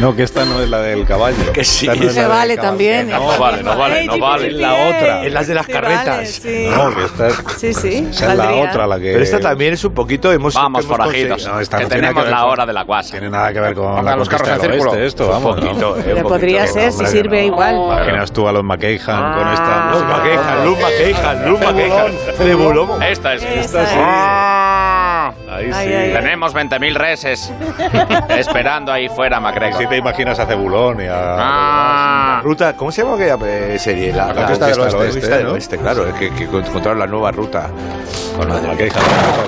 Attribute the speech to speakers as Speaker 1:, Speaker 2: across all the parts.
Speaker 1: no, que esta no es la del caballo.
Speaker 2: Que sí.
Speaker 1: Esta no es
Speaker 2: Se
Speaker 1: la del
Speaker 3: vale
Speaker 1: caballo.
Speaker 3: también.
Speaker 1: Que no.
Speaker 2: No vale, no vale, no vale.
Speaker 3: Es
Speaker 2: La
Speaker 1: otra.
Speaker 2: Es las de las carretas.
Speaker 3: sí.
Speaker 1: No, que esta es,
Speaker 3: Sí, sí,
Speaker 1: esa es la
Speaker 3: valdría.
Speaker 1: otra la que...
Speaker 4: Pero esta también es un poquito. Hemos,
Speaker 2: Vamos,
Speaker 4: que hemos
Speaker 2: forajitos.
Speaker 4: conseguido.
Speaker 1: No, esta
Speaker 2: que
Speaker 1: no tiene
Speaker 2: tenemos
Speaker 1: que ver
Speaker 2: la
Speaker 1: con-
Speaker 2: hora de la guasa.
Speaker 1: Tiene nada que ver con
Speaker 5: Pongan
Speaker 1: la
Speaker 5: los
Speaker 1: conquista
Speaker 5: carros en
Speaker 1: del
Speaker 5: círculo.
Speaker 1: oeste, esto,
Speaker 4: Un
Speaker 1: vamos. ¿no?
Speaker 4: poquito, eh, un
Speaker 3: Le
Speaker 4: poquito.
Speaker 3: podría ser si
Speaker 1: hombre,
Speaker 3: sirve
Speaker 1: no. Ah.
Speaker 3: igual.
Speaker 1: Imaginas tú a los McKeihan con esta
Speaker 4: Luz
Speaker 1: música.
Speaker 4: Maqueja, Luz Maqueja, Luz Maqueja. Cebulón.
Speaker 2: Esta es.
Speaker 3: Esa es.
Speaker 2: Ah,
Speaker 1: Ahí
Speaker 3: Ay,
Speaker 1: sí.
Speaker 3: ay, ay.
Speaker 2: Tenemos 20.000 reses esperando ahí fuera,
Speaker 1: Si
Speaker 2: MacGregor.
Speaker 1: te imaginas a Cebulón y a...
Speaker 2: Ah,
Speaker 4: Ruta, ¿cómo se llama aquella eh, serie? La,
Speaker 1: La Conquista del Oeste,
Speaker 4: La Conquista del
Speaker 1: ¿no?
Speaker 4: Oeste, claro, eh, que, que encontraron la nueva ruta.
Speaker 1: Con los McKeihan.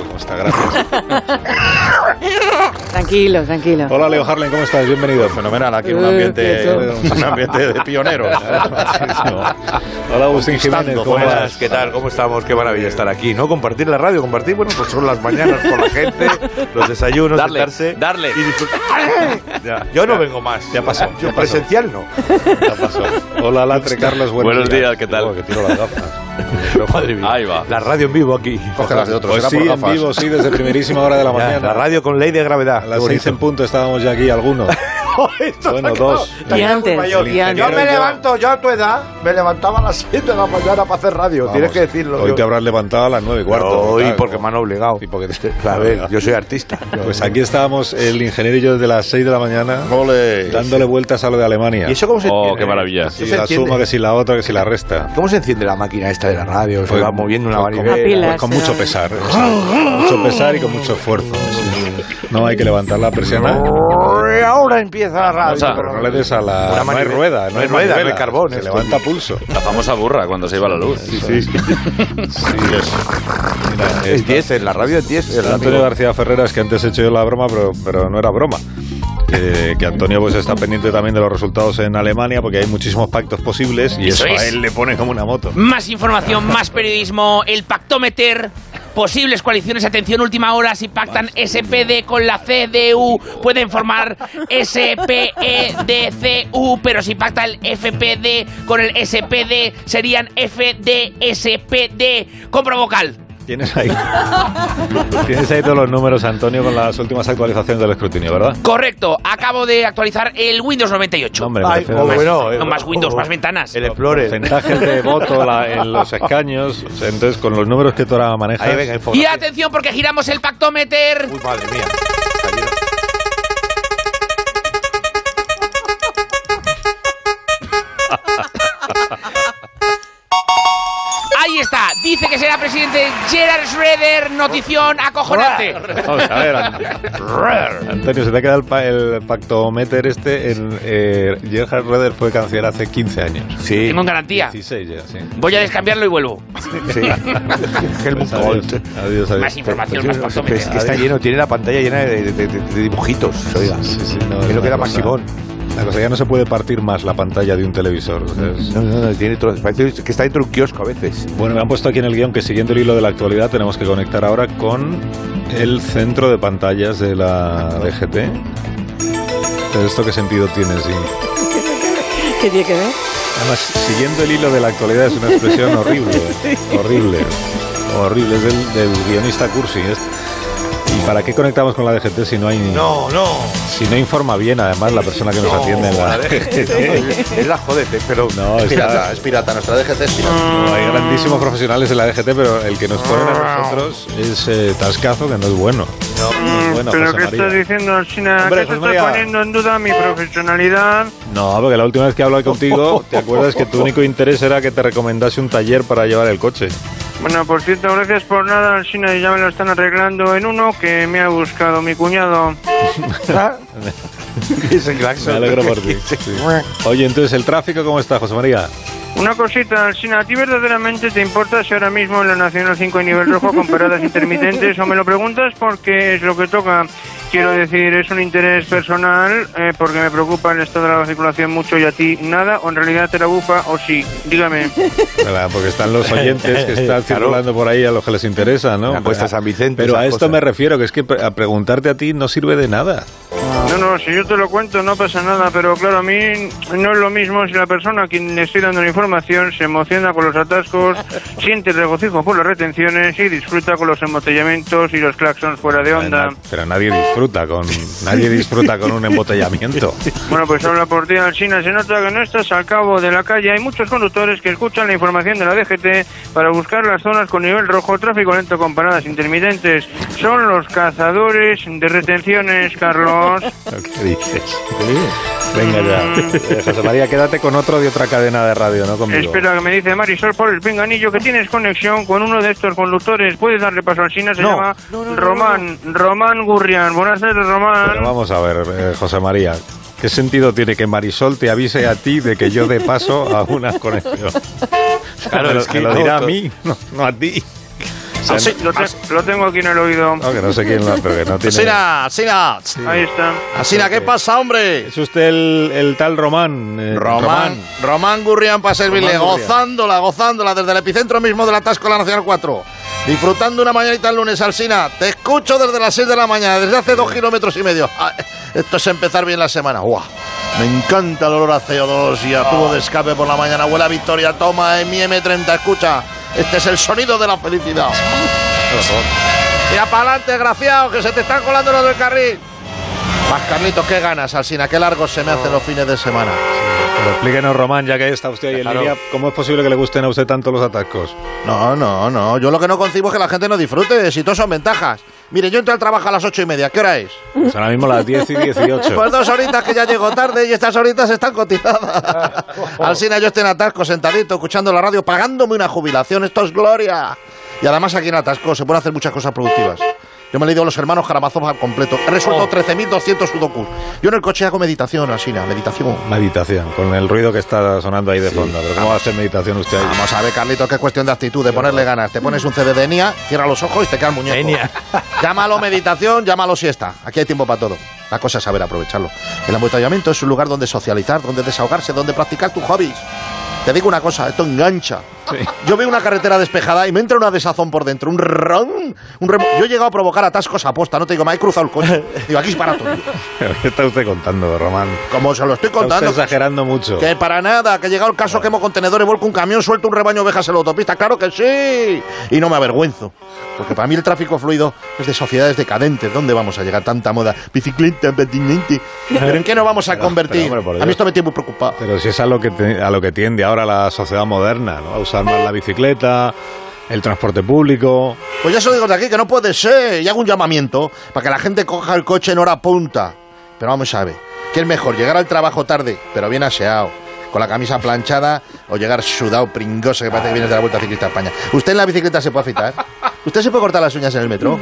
Speaker 1: ¿Cómo está? Gracias.
Speaker 3: Tranquilo, tranquilo.
Speaker 1: Hola Leo Harlen, ¿cómo estás? Bienvenido. Fenomenal, aquí un
Speaker 3: Eh,
Speaker 1: ambiente,
Speaker 3: quieto.
Speaker 1: un ambiente de pioneros. Hola Agustín Jiménez, ¿cómo
Speaker 4: Buenas,
Speaker 1: estás?
Speaker 4: ¿qué tal? ¿Cómo estamos? Qué maravilla estar aquí, ¿no? Compartir la radio, compartir, bueno, pues son las mañanas con la gente, los desayunos,
Speaker 2: Darle,
Speaker 4: sentarse
Speaker 2: darle.
Speaker 4: y disfrutar. Ya, Yo no vengo más.
Speaker 1: Ya pasó,
Speaker 4: Yo
Speaker 1: ya pasó.
Speaker 4: presencial no.
Speaker 1: Ya pasó. Hola Latre, Carlos, buenos,
Speaker 2: Buenos días, ¿qué tal?
Speaker 1: Uy, que tiro las gafas.
Speaker 4: Pero madre mía.
Speaker 2: Ahí va.
Speaker 4: La radio en vivo aquí.
Speaker 5: Coge las de otros,
Speaker 1: Pues
Speaker 5: será
Speaker 1: sí,
Speaker 5: por
Speaker 1: en
Speaker 5: gafas.
Speaker 1: vivo, sí, desde primerísima hora de la
Speaker 4: Ya,
Speaker 1: mañana.
Speaker 4: la radio con ley de gravedad.
Speaker 1: A las
Speaker 4: Qué
Speaker 1: seis
Speaker 4: bonito.
Speaker 1: en
Speaker 4: Pues
Speaker 1: punto estábamos ya aquí algunos.
Speaker 4: Esto
Speaker 1: Bueno,
Speaker 4: está
Speaker 1: dos.
Speaker 4: quedado-
Speaker 3: Y antes,
Speaker 4: mayor.
Speaker 3: y antes.
Speaker 4: Yo me levanto, yo a tu edad me levantaba a las 7 de la mañana para hacer radio, tienes
Speaker 1: Vamos,
Speaker 4: que decirlo.
Speaker 1: Hoy
Speaker 4: yo.
Speaker 1: te habrás levantado a las nueve y cuarto.
Speaker 4: Hoy,
Speaker 1: Claro,
Speaker 4: porque me
Speaker 1: como-
Speaker 4: han obligado.
Speaker 1: Y porque te-
Speaker 4: A ver, yo soy artista.
Speaker 1: Pues aquí estábamos el ingeniero y yo desde las 6 de la mañana
Speaker 5: Ole.
Speaker 1: dándole vueltas a lo de Alemania.
Speaker 4: ¿Y eso cómo se
Speaker 2: Oh,
Speaker 4: entiende?
Speaker 2: qué maravilla.
Speaker 4: ¿Eso
Speaker 1: Si
Speaker 4: se
Speaker 1: la
Speaker 4: entiende?
Speaker 1: suma, que si la otra, que si la resta.
Speaker 4: ¿Cómo se enciende la máquina esta de la radio? se va moviendo una
Speaker 1: pues con-
Speaker 3: A pila.
Speaker 4: varivela.
Speaker 1: pues con
Speaker 3: será.
Speaker 1: mucho pesar. o sea, con mucho pesar y con mucho esfuerzo. No hay que levantar la persiana.
Speaker 4: Ahora empieza la radio.
Speaker 2: O sea,
Speaker 1: Pero no le des a
Speaker 4: Una
Speaker 1: la. No hay
Speaker 4: manivela.
Speaker 1: rueda, no hay rueda,
Speaker 4: no hay carbón,
Speaker 1: Se
Speaker 4: esto.
Speaker 1: levanta a pulso.
Speaker 2: La famosa burra cuando se iba la luz.
Speaker 1: Sí, Mira,
Speaker 4: es
Speaker 1: es
Speaker 4: 10, en la radio es 10. el
Speaker 1: Antonio
Speaker 4: amigo.
Speaker 1: García Ferreras, que antes he hecho yo la broma, pero, pero no era broma. Que, que Antonio pues está pendiente también de los resultados en Alemania porque hay muchísimos pactos posibles y eso,
Speaker 6: Eso
Speaker 1: a
Speaker 6: es.
Speaker 1: él le pone como una moto.
Speaker 6: Más información, más periodismo, el pactometer. Posibles coaliciones, atención, última hora, si pactan SPD con la CDU, pueden formar E SPEDCU, pero si pacta el FPD con el SPD, serían FDSPD. Compro vocal.
Speaker 1: Tienes ahí. Tienes ahí todos los números, Antonio, con las últimas actualizaciones del escrutinio, ¿verdad?
Speaker 6: Correcto, acabo de actualizar el Windows 98.
Speaker 1: Hombre,
Speaker 4: Ay,
Speaker 1: prefiero
Speaker 4: oh,
Speaker 1: los
Speaker 4: bueno, eh,
Speaker 6: No más Windows,
Speaker 4: oh,
Speaker 6: más ventanas.
Speaker 4: El Explorer.
Speaker 1: porcentajes de voto la- en los escaños. O sea, entonces, con los números que tú ahora manejas.
Speaker 4: Ahí venga,
Speaker 6: Y
Speaker 4: infografía.
Speaker 6: atención porque giramos el pactometer.
Speaker 4: Uy, madre mía.
Speaker 6: Ahí está, dice que será presidente Gerard Schroeder, notición acojonante.
Speaker 1: Vamos a ver, Antonio. Antonio, se te ha quedado el, pa- el pactometer este en. Eh, Gerhard Röder fue canciller hace 15 años.
Speaker 4: Sí,
Speaker 6: Tengo garantía.
Speaker 1: 16 ya, sí.
Speaker 6: Voy a descambiarlo y vuelvo.
Speaker 4: sí. Helmut
Speaker 1: Pues adiós,
Speaker 4: Kohl.
Speaker 1: adiós, adiós.
Speaker 6: Más información, más
Speaker 4: Pero es
Speaker 6: pactómetro.
Speaker 4: que está lleno, tiene la pantalla llena de, de- de- de dibujitos. Oiga.
Speaker 1: Sí, sí, no,
Speaker 4: es lo que
Speaker 1: una
Speaker 4: era
Speaker 1: cosa-
Speaker 4: Maximón.
Speaker 1: La cosa ya no se puede partir más la pantalla de un televisor. o sea, es-
Speaker 4: Mm. No, no, no, tiene todo- parece que está dentro de un kiosco a veces.
Speaker 1: Bueno, me han puesto aquí en el guión que siguiendo el hilo de la actualidad tenemos que conectar ahora con el centro de pantallas de la DGT. Pero esto qué sentido tiene, sí.
Speaker 3: ¿Qué tiene que ver?
Speaker 1: Además, siguiendo el hilo de la actualidad es una expresión horrible, horrible, horrible, es del, del guionista Cursi. es- ¿Y para qué conectamos con la DGT si no hay
Speaker 4: No, no.
Speaker 1: si no informa bien además la persona que nos atiende en la DGT?
Speaker 4: Es la jodete, pero.
Speaker 1: No,
Speaker 5: Es pirata,
Speaker 1: está,
Speaker 5: es pirata. Nuestra DGT es pirata.
Speaker 1: No, hay grandísimos profesionales de la DGT, pero el que nos ponen a nosotros es eh, Tascazo, que no es bueno. No, es bueno,
Speaker 7: Mm, Pero
Speaker 1: José
Speaker 7: ¿qué
Speaker 1: María.
Speaker 7: estás diciendo, China?
Speaker 1: Hombre,
Speaker 7: ¿Qué te
Speaker 1: José
Speaker 7: estás
Speaker 1: María.
Speaker 7: poniendo en duda mi profesionalidad?
Speaker 1: No, porque la última vez que he hablado contigo, ¿te acuerdas que tu único interés era que te recomendase un taller para llevar el coche?
Speaker 7: Bueno, por cierto, gracias por nada, China. Ya me lo están arreglando en uno que me ha buscado mi cuñado.
Speaker 4: Y ese
Speaker 1: Me
Speaker 4: claxon.
Speaker 1: alegro por ti. sí. Oye, entonces, ¿el tráfico cómo está, José María?
Speaker 7: Una cosita, China. ¿A ti verdaderamente te importa si ahora mismo en la Nacional 5 hay nivel rojo con paradas intermitentes? ¿O me lo preguntas porque es lo que toca? Quiero decir, es un interés personal eh, porque me preocupa el estado de la circulación mucho y a ti nada, o en realidad te la bufa o sí. Dígame.
Speaker 1: ¿Verdad? Porque están los oyentes que están circulando por ahí a los que les interesa, ¿no? Pues
Speaker 4: La cuesta San Vicente,
Speaker 1: Pero a
Speaker 4: esas
Speaker 1: esto
Speaker 4: cosas.
Speaker 1: me refiero, que es que pre- a preguntarte a ti no sirve de nada.
Speaker 7: No, no, si yo te lo cuento no pasa nada, pero claro, a mí no es lo mismo si la persona a quien le estoy dando la información se emociona con los atascos, siente regocijo por las retenciones y disfruta con los embotellamientos y los claxons fuera de onda.
Speaker 1: Pero nadie disfruta con nadie disfruta con un embotellamiento.
Speaker 7: Bueno, pues habla por ti, Alsina. Se nota que no estás al cabo de la calle. Hay muchos conductores que escuchan la información de la DGT para buscar las zonas con nivel rojo, tráfico lento con paradas intermitentes. Son los cazadores de retenciones, Carlos.
Speaker 1: ¿Qué dices? Venga ya. Eh, José María, quédate con otro de otra cadena de radio, no conmigo.
Speaker 7: Espera, que me dice Marisol por el pinganillo que tienes conexión con uno de estos conductores. ¿Puedes darle paso al China? Se
Speaker 1: No.
Speaker 7: llama Román, Román Gurrián. Buenas tardes,
Speaker 1: Pero
Speaker 7: Román.
Speaker 1: vamos a ver, eh, José María. ¿Qué sentido tiene que Marisol te avise a ti de que yo dé paso a una conexión?
Speaker 4: Claro,
Speaker 1: Me lo-
Speaker 4: es que
Speaker 1: me lo dirá a
Speaker 4: no,
Speaker 1: mí, no, no a ti.
Speaker 7: Ah, sí, Lo, te- lo tengo aquí en el oído.
Speaker 1: No, que no sé quién lo pero que no tiene.
Speaker 5: Asina, Asina,
Speaker 7: Ahí está.
Speaker 5: Asina, ¿qué pasa, hombre?
Speaker 1: Es usted el, el tal Román. eh,
Speaker 5: Román, Román Gurrián para servirle,
Speaker 1: Román Gurrián.
Speaker 5: gozándola, gozándola desde el epicentro mismo del atasco de la Nacional 4. Disfrutando una mañanita el lunes, Alsina. Te escucho desde las 6 de la mañana, desde hace dos kilómetros y medio. Ah, Esto es empezar bien la semana. ¡Guau! Me encanta el olor a CO2 y a
Speaker 1: Ah.
Speaker 5: tubo de escape por la mañana. Huele a Victoria, toma eh, mi M30, escucha. Este es el sonido de la felicidad. Mira para adelante, desgraciado, que se te están colando los del carril. Vas, Carlitos, qué ganas, Alsina. Qué largos se me hacen los fines de semana.
Speaker 1: Pero explíquenos, Román, ya que está usted ahí en
Speaker 4: Claro.
Speaker 1: línea, ¿cómo es posible que le gusten a usted tanto los atascos?
Speaker 5: No, no, no. Yo lo que no concibo es que la gente no disfrute. Si todo son ventajas. Mire, yo entro al trabajo a las ocho y media. ¿Qué hora es?
Speaker 1: Son Pues ahora mismo las 10 y 18.
Speaker 5: Pues dos horitas que ya llego tarde y estas horitas están cotizadas. Alsina, yo estoy en atasco, sentadito, escuchando la radio, pagándome una jubilación. Esto es gloria. Y además aquí en atasco se pueden hacer muchas cosas productivas. Yo me he leído los hermanos Karamazov al completo. He resuelto 13.200 sudokus. Yo en el coche hago meditación, Alsina, meditación.
Speaker 1: Meditación, con el ruido que está sonando ahí de fondo. Pero ¿cómo va a ser meditación usted ahí?
Speaker 5: Vamos a ver, Carlitos, que es cuestión de actitud, de ponerle ganas. Te pones un CD de Nia, cierra los ojos y te queda el muñeco. Llámalo meditación, llámalo siesta. Aquí hay tiempo para todo. La cosa es saber aprovecharlo. El embotellamiento es un lugar donde socializar, donde desahogarse, donde practicar tus hobbies. Te digo una cosa, esto engancha. Yo veo una carretera despejada y me entra una desazón por dentro, un ron, un remo- Yo he llegado a provocar atascos a posta, no te digo, me he cruzado el coche. Digo, aquí es barato.
Speaker 1: ¿Qué está usted contando, Román?
Speaker 5: Como se lo estoy
Speaker 1: Está usted
Speaker 5: contando,
Speaker 1: exagerando mucho.
Speaker 5: que para nada, que llegado el caso quemo contenedores, vuelco un camión, suelto un rebaño de ovejas en la autopista, claro que sí. Y no me avergüenzo. Porque para mí el tráfico fluido es de sociedades decadentes. ¿Dónde vamos a llegar tanta moda? Bicicleta, patinete. ¿Pero en qué nos vamos a
Speaker 1: Pero-
Speaker 5: convertir?
Speaker 1: pero, hombre, por
Speaker 5: a
Speaker 1: Dios.
Speaker 5: mí esto me tiene muy preocupado.
Speaker 1: Pero si es a lo, que te- a lo que tiende ahora la sociedad moderna, ¿no? A usar más la bicicleta, el transporte público.
Speaker 5: Pues ya se lo digo de aquí, que no puede ser. Y hago un llamamiento para que la gente coja el coche en hora punta. Pero vamos a ver, ¿qué es mejor? ¿Llegar al trabajo tarde, pero bien aseado? Con la camisa planchada o llegar sudado, pringoso, que parece que vienes de la Vuelta Ciclista a España. ¿Usted en la bicicleta se puede afeitar? ¿Usted se puede cortar las uñas en el metro?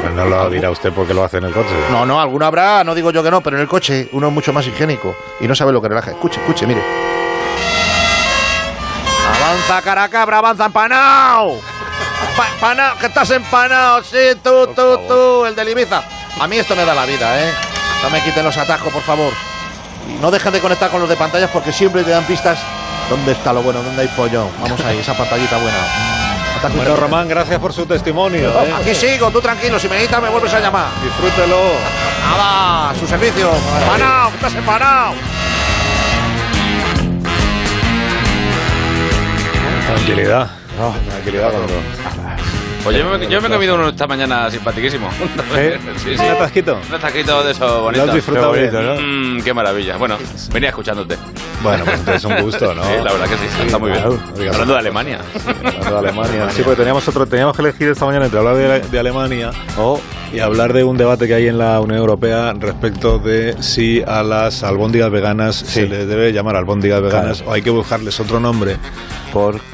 Speaker 1: Pues no lo dirá usted porque lo hace en el coche.
Speaker 5: No, no, alguno habrá, no digo yo que no, pero en el coche uno es mucho más higiénico y no sabe lo que relaja. Escuche, escuche, mire. Avanza, caracabra, avanza, empanao. Pa- empanao, que estás empanao, sí, tú, tú, tú, el de Ibiza. A mí esto me da la vida, ¿eh? No me quiten los atajos, por favor. Y no dejes de conectar con los de pantallas porque siempre te dan pistas. ¿Dónde está lo bueno? ¿Dónde hay follón? Vamos ahí, esa pantallita buena. Atajo
Speaker 1: Bueno,
Speaker 5: intermitente.
Speaker 1: Román, gracias por su testimonio. ¿eh?
Speaker 5: Aquí sigo, tú tranquilo, si me necesitas me vuelves a llamar.
Speaker 1: Disfrútelo.
Speaker 5: Nada, a su servicio. Empanao, que estás empanao.
Speaker 1: Tranquilidad. tranquilidad cuando.
Speaker 2: Pues yo me, yo me he comido uno esta mañana simpaticísimo. Sí, sí.
Speaker 1: ¿Eh? ¿Un atasquito?
Speaker 2: Un atasquito de eso
Speaker 1: Lo
Speaker 2: bonito.
Speaker 1: has disfrutado
Speaker 4: Qué
Speaker 1: bien.
Speaker 4: bonito, ¿no?
Speaker 2: Mm, qué maravilla. Bueno, venía escuchándote.
Speaker 1: Bueno, pues entonces un gusto, ¿no?
Speaker 2: Sí, la verdad que sí, está muy bien.
Speaker 1: claro, pues, digamos.
Speaker 2: Hablando de Alemania.
Speaker 1: Hablando de Alemania. Sí, porque teníamos, otro, teníamos que elegir esta mañana entre hablar de, de Alemania y hablar de un debate que hay en la Unión Europea respecto de si a las albóndigas veganas se les debe llamar albóndigas veganas o hay que buscarles otro nombre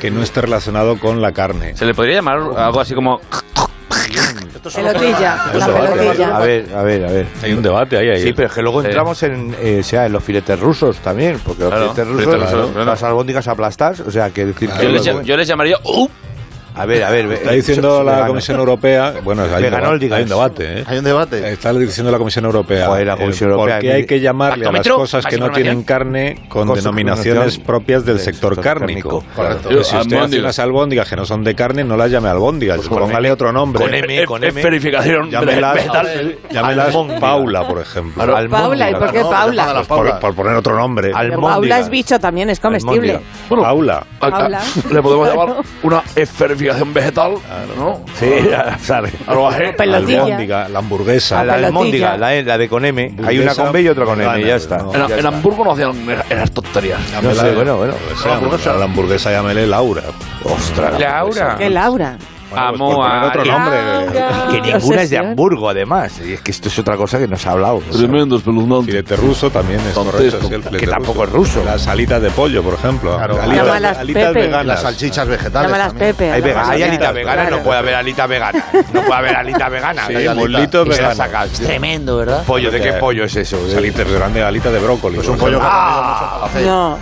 Speaker 1: que no esté relacionado con la carne.
Speaker 2: Se le podría llamar algo así como.
Speaker 3: Pelotilla, la
Speaker 1: Eso va,
Speaker 3: pelotilla.
Speaker 4: A ver, a ver, a ver.
Speaker 1: Hay un debate ahí. ahí.
Speaker 4: Sí, pero es que luego
Speaker 2: Sí.
Speaker 4: entramos en, eh, o sea, en los filetes rusos también, porque los
Speaker 2: Claro,
Speaker 4: filetes rusos,
Speaker 2: filetes rusos,
Speaker 4: claro,
Speaker 2: claro.
Speaker 4: las albóndigas aplastas, o sea, que decir
Speaker 2: Yo
Speaker 4: que
Speaker 2: les,
Speaker 4: luego-
Speaker 2: yo les llamaría. ¡Uh!
Speaker 4: A ver, a ver. ve- eh,
Speaker 1: Está diciendo
Speaker 4: se- se
Speaker 1: la
Speaker 4: ganó.
Speaker 1: Comisión Europea, bueno, hay, un
Speaker 4: Vegano,
Speaker 1: debate,
Speaker 4: digas.
Speaker 1: hay un debate, ¿eh?
Speaker 5: Hay un debate.
Speaker 1: Está diciendo la Comisión Europea.
Speaker 4: Joder, la Comisión
Speaker 1: el por
Speaker 4: Europea,
Speaker 1: qué hay que llamarle a las
Speaker 6: Lactómetro,
Speaker 1: cosas que
Speaker 6: más
Speaker 1: no tienen carne
Speaker 4: Con
Speaker 1: con
Speaker 4: su
Speaker 1: denominaciones
Speaker 4: denominación
Speaker 1: propias del
Speaker 4: del
Speaker 1: sector
Speaker 4: sector
Speaker 1: cárnico?
Speaker 4: cárnico,
Speaker 1: Correcto.
Speaker 2: claro.
Speaker 1: Si usted hace
Speaker 2: Albóndigas.
Speaker 1: unas albóndigas que no son de carne, no las llame albóndigas,
Speaker 4: Pues
Speaker 1: pues
Speaker 4: con
Speaker 1: póngale otro nombre.
Speaker 4: Con M, con M.
Speaker 2: verificación
Speaker 1: Llámelas,
Speaker 5: Vegetal.
Speaker 1: llámelas
Speaker 4: Albóndiga.
Speaker 1: Paula, por ejemplo.
Speaker 4: Claro,
Speaker 3: Paula, ¿y por qué
Speaker 5: No, no, no,
Speaker 3: Paula?
Speaker 5: no,
Speaker 1: Pues por, por poner otro nombre.
Speaker 4: Al-
Speaker 3: Pero Paula
Speaker 4: Almóndigas.
Speaker 3: es bicho también, es comestible.
Speaker 4: Almóndiga.
Speaker 8: Bueno,
Speaker 1: Paula.
Speaker 8: a- a-
Speaker 3: Paula.
Speaker 8: le podemos
Speaker 3: Claro.
Speaker 8: llamar una esferificación vegetal, ¿no?
Speaker 4: Sí, ya sale.
Speaker 8: A los aje-
Speaker 3: Pelotilla.
Speaker 1: albóndiga, la hamburguesa.
Speaker 4: A la
Speaker 3: pelotilla.
Speaker 4: almóndiga, la, E, la de con M. Hay una con B y otra con M,
Speaker 1: Vegana,
Speaker 4: ya está.
Speaker 1: no.
Speaker 8: en,
Speaker 1: ya
Speaker 8: en
Speaker 1: está.
Speaker 8: Hamburgo no hacían esas tonterías.
Speaker 1: Llámela-
Speaker 4: No sé, bueno, bueno.
Speaker 1: lo que sea, a la hamburguesa llámele Laura.
Speaker 4: Ostras.
Speaker 2: Laura.
Speaker 3: Que Laura.
Speaker 1: Bueno, pues
Speaker 2: Amo
Speaker 1: por poner
Speaker 2: a-
Speaker 1: otro nombre.
Speaker 4: Que ninguna es de
Speaker 3: Obsesión.
Speaker 4: Hamburgo, además. Y es que esto es otra cosa que no se ha hablado. O sea,
Speaker 8: Tremendo, espeluznante.
Speaker 1: Filete ruso también es
Speaker 8: Contexto.
Speaker 1: correcto. sí, el filete
Speaker 4: que tampoco es ruso.
Speaker 1: Las alitas de pollo, por ejemplo.
Speaker 5: Claro.
Speaker 1: Alitas,
Speaker 3: Llámalas
Speaker 1: alitas
Speaker 3: Pepe.
Speaker 1: veganas.
Speaker 5: Las salchichas vegetales.
Speaker 3: Llámalas
Speaker 5: también.
Speaker 3: Pepe.
Speaker 4: Hay, vega-
Speaker 3: llámalas
Speaker 4: hay
Speaker 3: Peter.
Speaker 4: alita vegana,
Speaker 3: Claro.
Speaker 4: no puede haber alita vegana. No puede haber alita vegana.
Speaker 1: Sí,
Speaker 9: ¿eh?
Speaker 4: Hay alita-
Speaker 1: muslitos
Speaker 4: ¿Qué se la
Speaker 1: veganos.
Speaker 4: sacas?
Speaker 6: Tremendo, ¿verdad?
Speaker 4: ¿Pollo? ¿De qué pollo es eso?
Speaker 1: Las alitas grandes, alitas de brócoli.
Speaker 5: Es
Speaker 1: por
Speaker 5: un pollo que
Speaker 1: ejemplo.
Speaker 5: ha comido
Speaker 3: No, no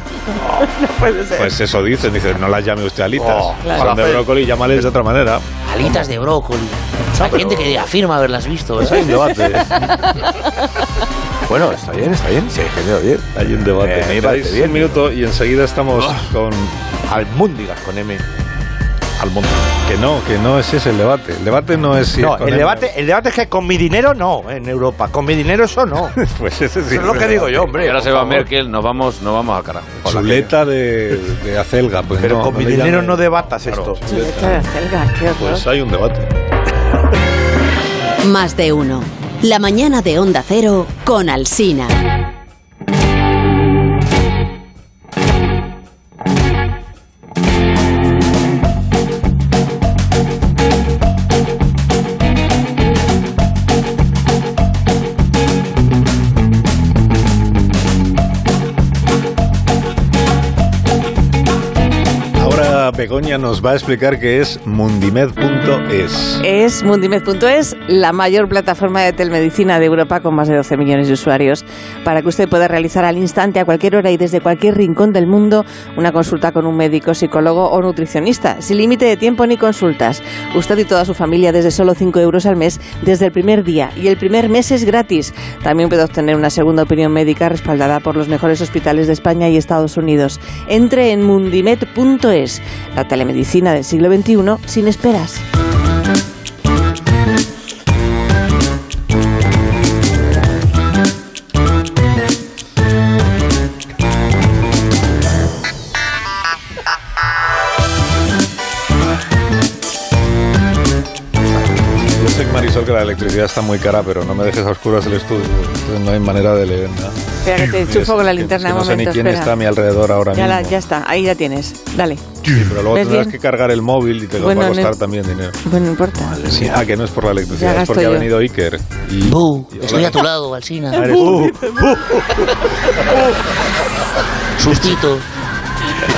Speaker 3: puede ser.
Speaker 1: Pues eso dicen, dicen, no las llame usted alitas.
Speaker 4: Oh,
Speaker 3: claro.
Speaker 1: Son de
Speaker 5: Falafel.
Speaker 1: brócoli, llámales de otra manera.
Speaker 9: Alitas de brócoli. Hay gente que afirma haberlas visto, ¿eh? ¿verdad?
Speaker 1: Hay un debate.
Speaker 4: Bueno, está bien, está bien. Sí, ingeniero, bien.
Speaker 1: Hay un debate.
Speaker 4: Eh, me
Speaker 1: Tenéis
Speaker 4: parece bien.
Speaker 1: un minuto y enseguida estamos con
Speaker 4: Almúndigas con M.
Speaker 1: Almond. Que no, que no es ese el debate. El debate no es si es
Speaker 4: no,
Speaker 1: con
Speaker 4: el
Speaker 1: M.
Speaker 4: debate, el debate es que con mi dinero no, en Europa. Con mi dinero eso no. Eso
Speaker 1: Pues ese sí.
Speaker 4: es lo
Speaker 1: el
Speaker 4: que
Speaker 1: debate.
Speaker 4: digo yo,
Speaker 2: Y
Speaker 4: hombre.
Speaker 2: ahora
Speaker 4: por
Speaker 2: se va
Speaker 4: favor.
Speaker 2: Merkel, nos vamos, nos vamos al carajo.
Speaker 1: Chuleta de, de acelga. Pues
Speaker 4: Pero
Speaker 1: no,
Speaker 4: con
Speaker 1: no
Speaker 4: mi
Speaker 1: le
Speaker 4: dinero
Speaker 1: llame.
Speaker 4: no debatas esto.
Speaker 3: Chuleta de acelga, qué horror.
Speaker 1: Pues hay un debate.
Speaker 10: Más de uno. La mañana de Onda Cero con Alsina.
Speaker 1: Ahora Begoña nos va a explicar qué es mundimed.es.
Speaker 3: Es mundimed.es, la mayor plataforma de telemedicina de Europa con más de 12 millones de usuarios, para que usted pueda realizar al instante, a cualquier hora y desde cualquier rincón del mundo, una consulta con un médico, psicólogo o nutricionista, sin límite de tiempo ni consultas. Usted y toda su familia desde solo 5 euros al mes, desde el primer día. Y el primer mes es gratis. También puede obtener una segunda opinión médica respaldada por los mejores hospitales de España y Estados Unidos. Entre en mundimed.es, la telemedicina del siglo XXI, sin esperas.
Speaker 1: Yo sé, Marisol, que la electricidad está muy cara, pero no me dejes a oscuras el estudio. Entonces no hay manera de leer nada.
Speaker 3: Espera, que te enchufo con la linterna
Speaker 1: Es que
Speaker 3: un
Speaker 1: No sé ni
Speaker 3: momento.
Speaker 1: quién
Speaker 3: espera.
Speaker 1: está a mi alrededor ahora
Speaker 3: ya, la-
Speaker 1: mismo.
Speaker 3: ya está, ahí ya tienes. Dale.
Speaker 1: Sí, pero luego
Speaker 3: ¿Ves
Speaker 1: tendrás
Speaker 3: bien?
Speaker 1: que cargar el móvil y te
Speaker 3: Bueno,
Speaker 1: va a costar
Speaker 3: no-
Speaker 1: también dinero.
Speaker 3: Bueno, Pues no importa.
Speaker 1: Sí, ah, que no es por la electricidad,
Speaker 3: Ya
Speaker 1: es porque
Speaker 3: gasto
Speaker 1: ha
Speaker 3: yo.
Speaker 1: venido Iker. Y...
Speaker 9: Bu,
Speaker 1: y-
Speaker 9: estoy a tu lado, Alsina.
Speaker 1: Ah, eres tú.
Speaker 9: Sustito.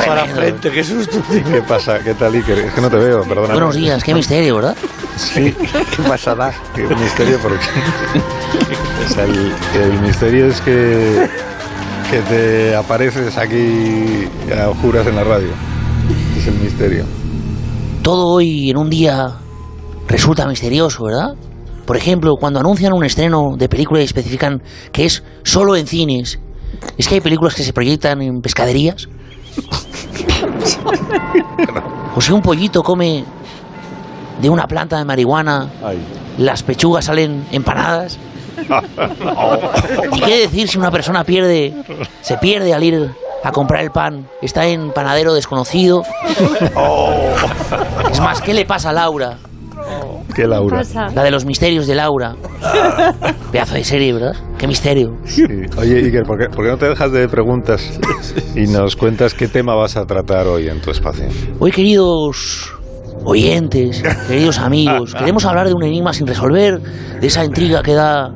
Speaker 4: Para
Speaker 9: Tremendo.
Speaker 4: frente, qué susto.
Speaker 1: ¿Qué pasa? ¿Qué tal, Iker? Es que no te veo, perdóname.
Speaker 9: Buenos días, qué misterio, ¿verdad?
Speaker 1: Sí,
Speaker 4: Qué pasada.
Speaker 1: qué misterio, porque... o sea, el, el misterio es que, que te apareces aquí a oscuras en la radio. Es el misterio.
Speaker 9: Todo hoy en un día resulta misterioso, ¿verdad? Por ejemplo, cuando anuncian un estreno de película y especifican que es solo en cines, es que hay películas que se proyectan en pescaderías. O si un pollito come de una planta de marihuana, las pechugas salen empanadas. ¿Y qué decir si una persona pierde, se pierde al ir a comprar el pan? Está en panadero desconocido.
Speaker 1: Oh.
Speaker 9: Es más, ¿qué le pasa a Laura?
Speaker 1: ¿Qué, Laura?
Speaker 9: La de los misterios de Laura. Pedazo de serie, ¿verdad? Qué misterio.
Speaker 1: Sí. Oye, Iker, ¿por qué, por qué no te dejas de preguntas y nos cuentas qué tema vas a tratar hoy en tu espacio?
Speaker 9: Hoy, queridos oyentes, queridos amigos, queremos hablar de un enigma sin resolver, de esa intriga que da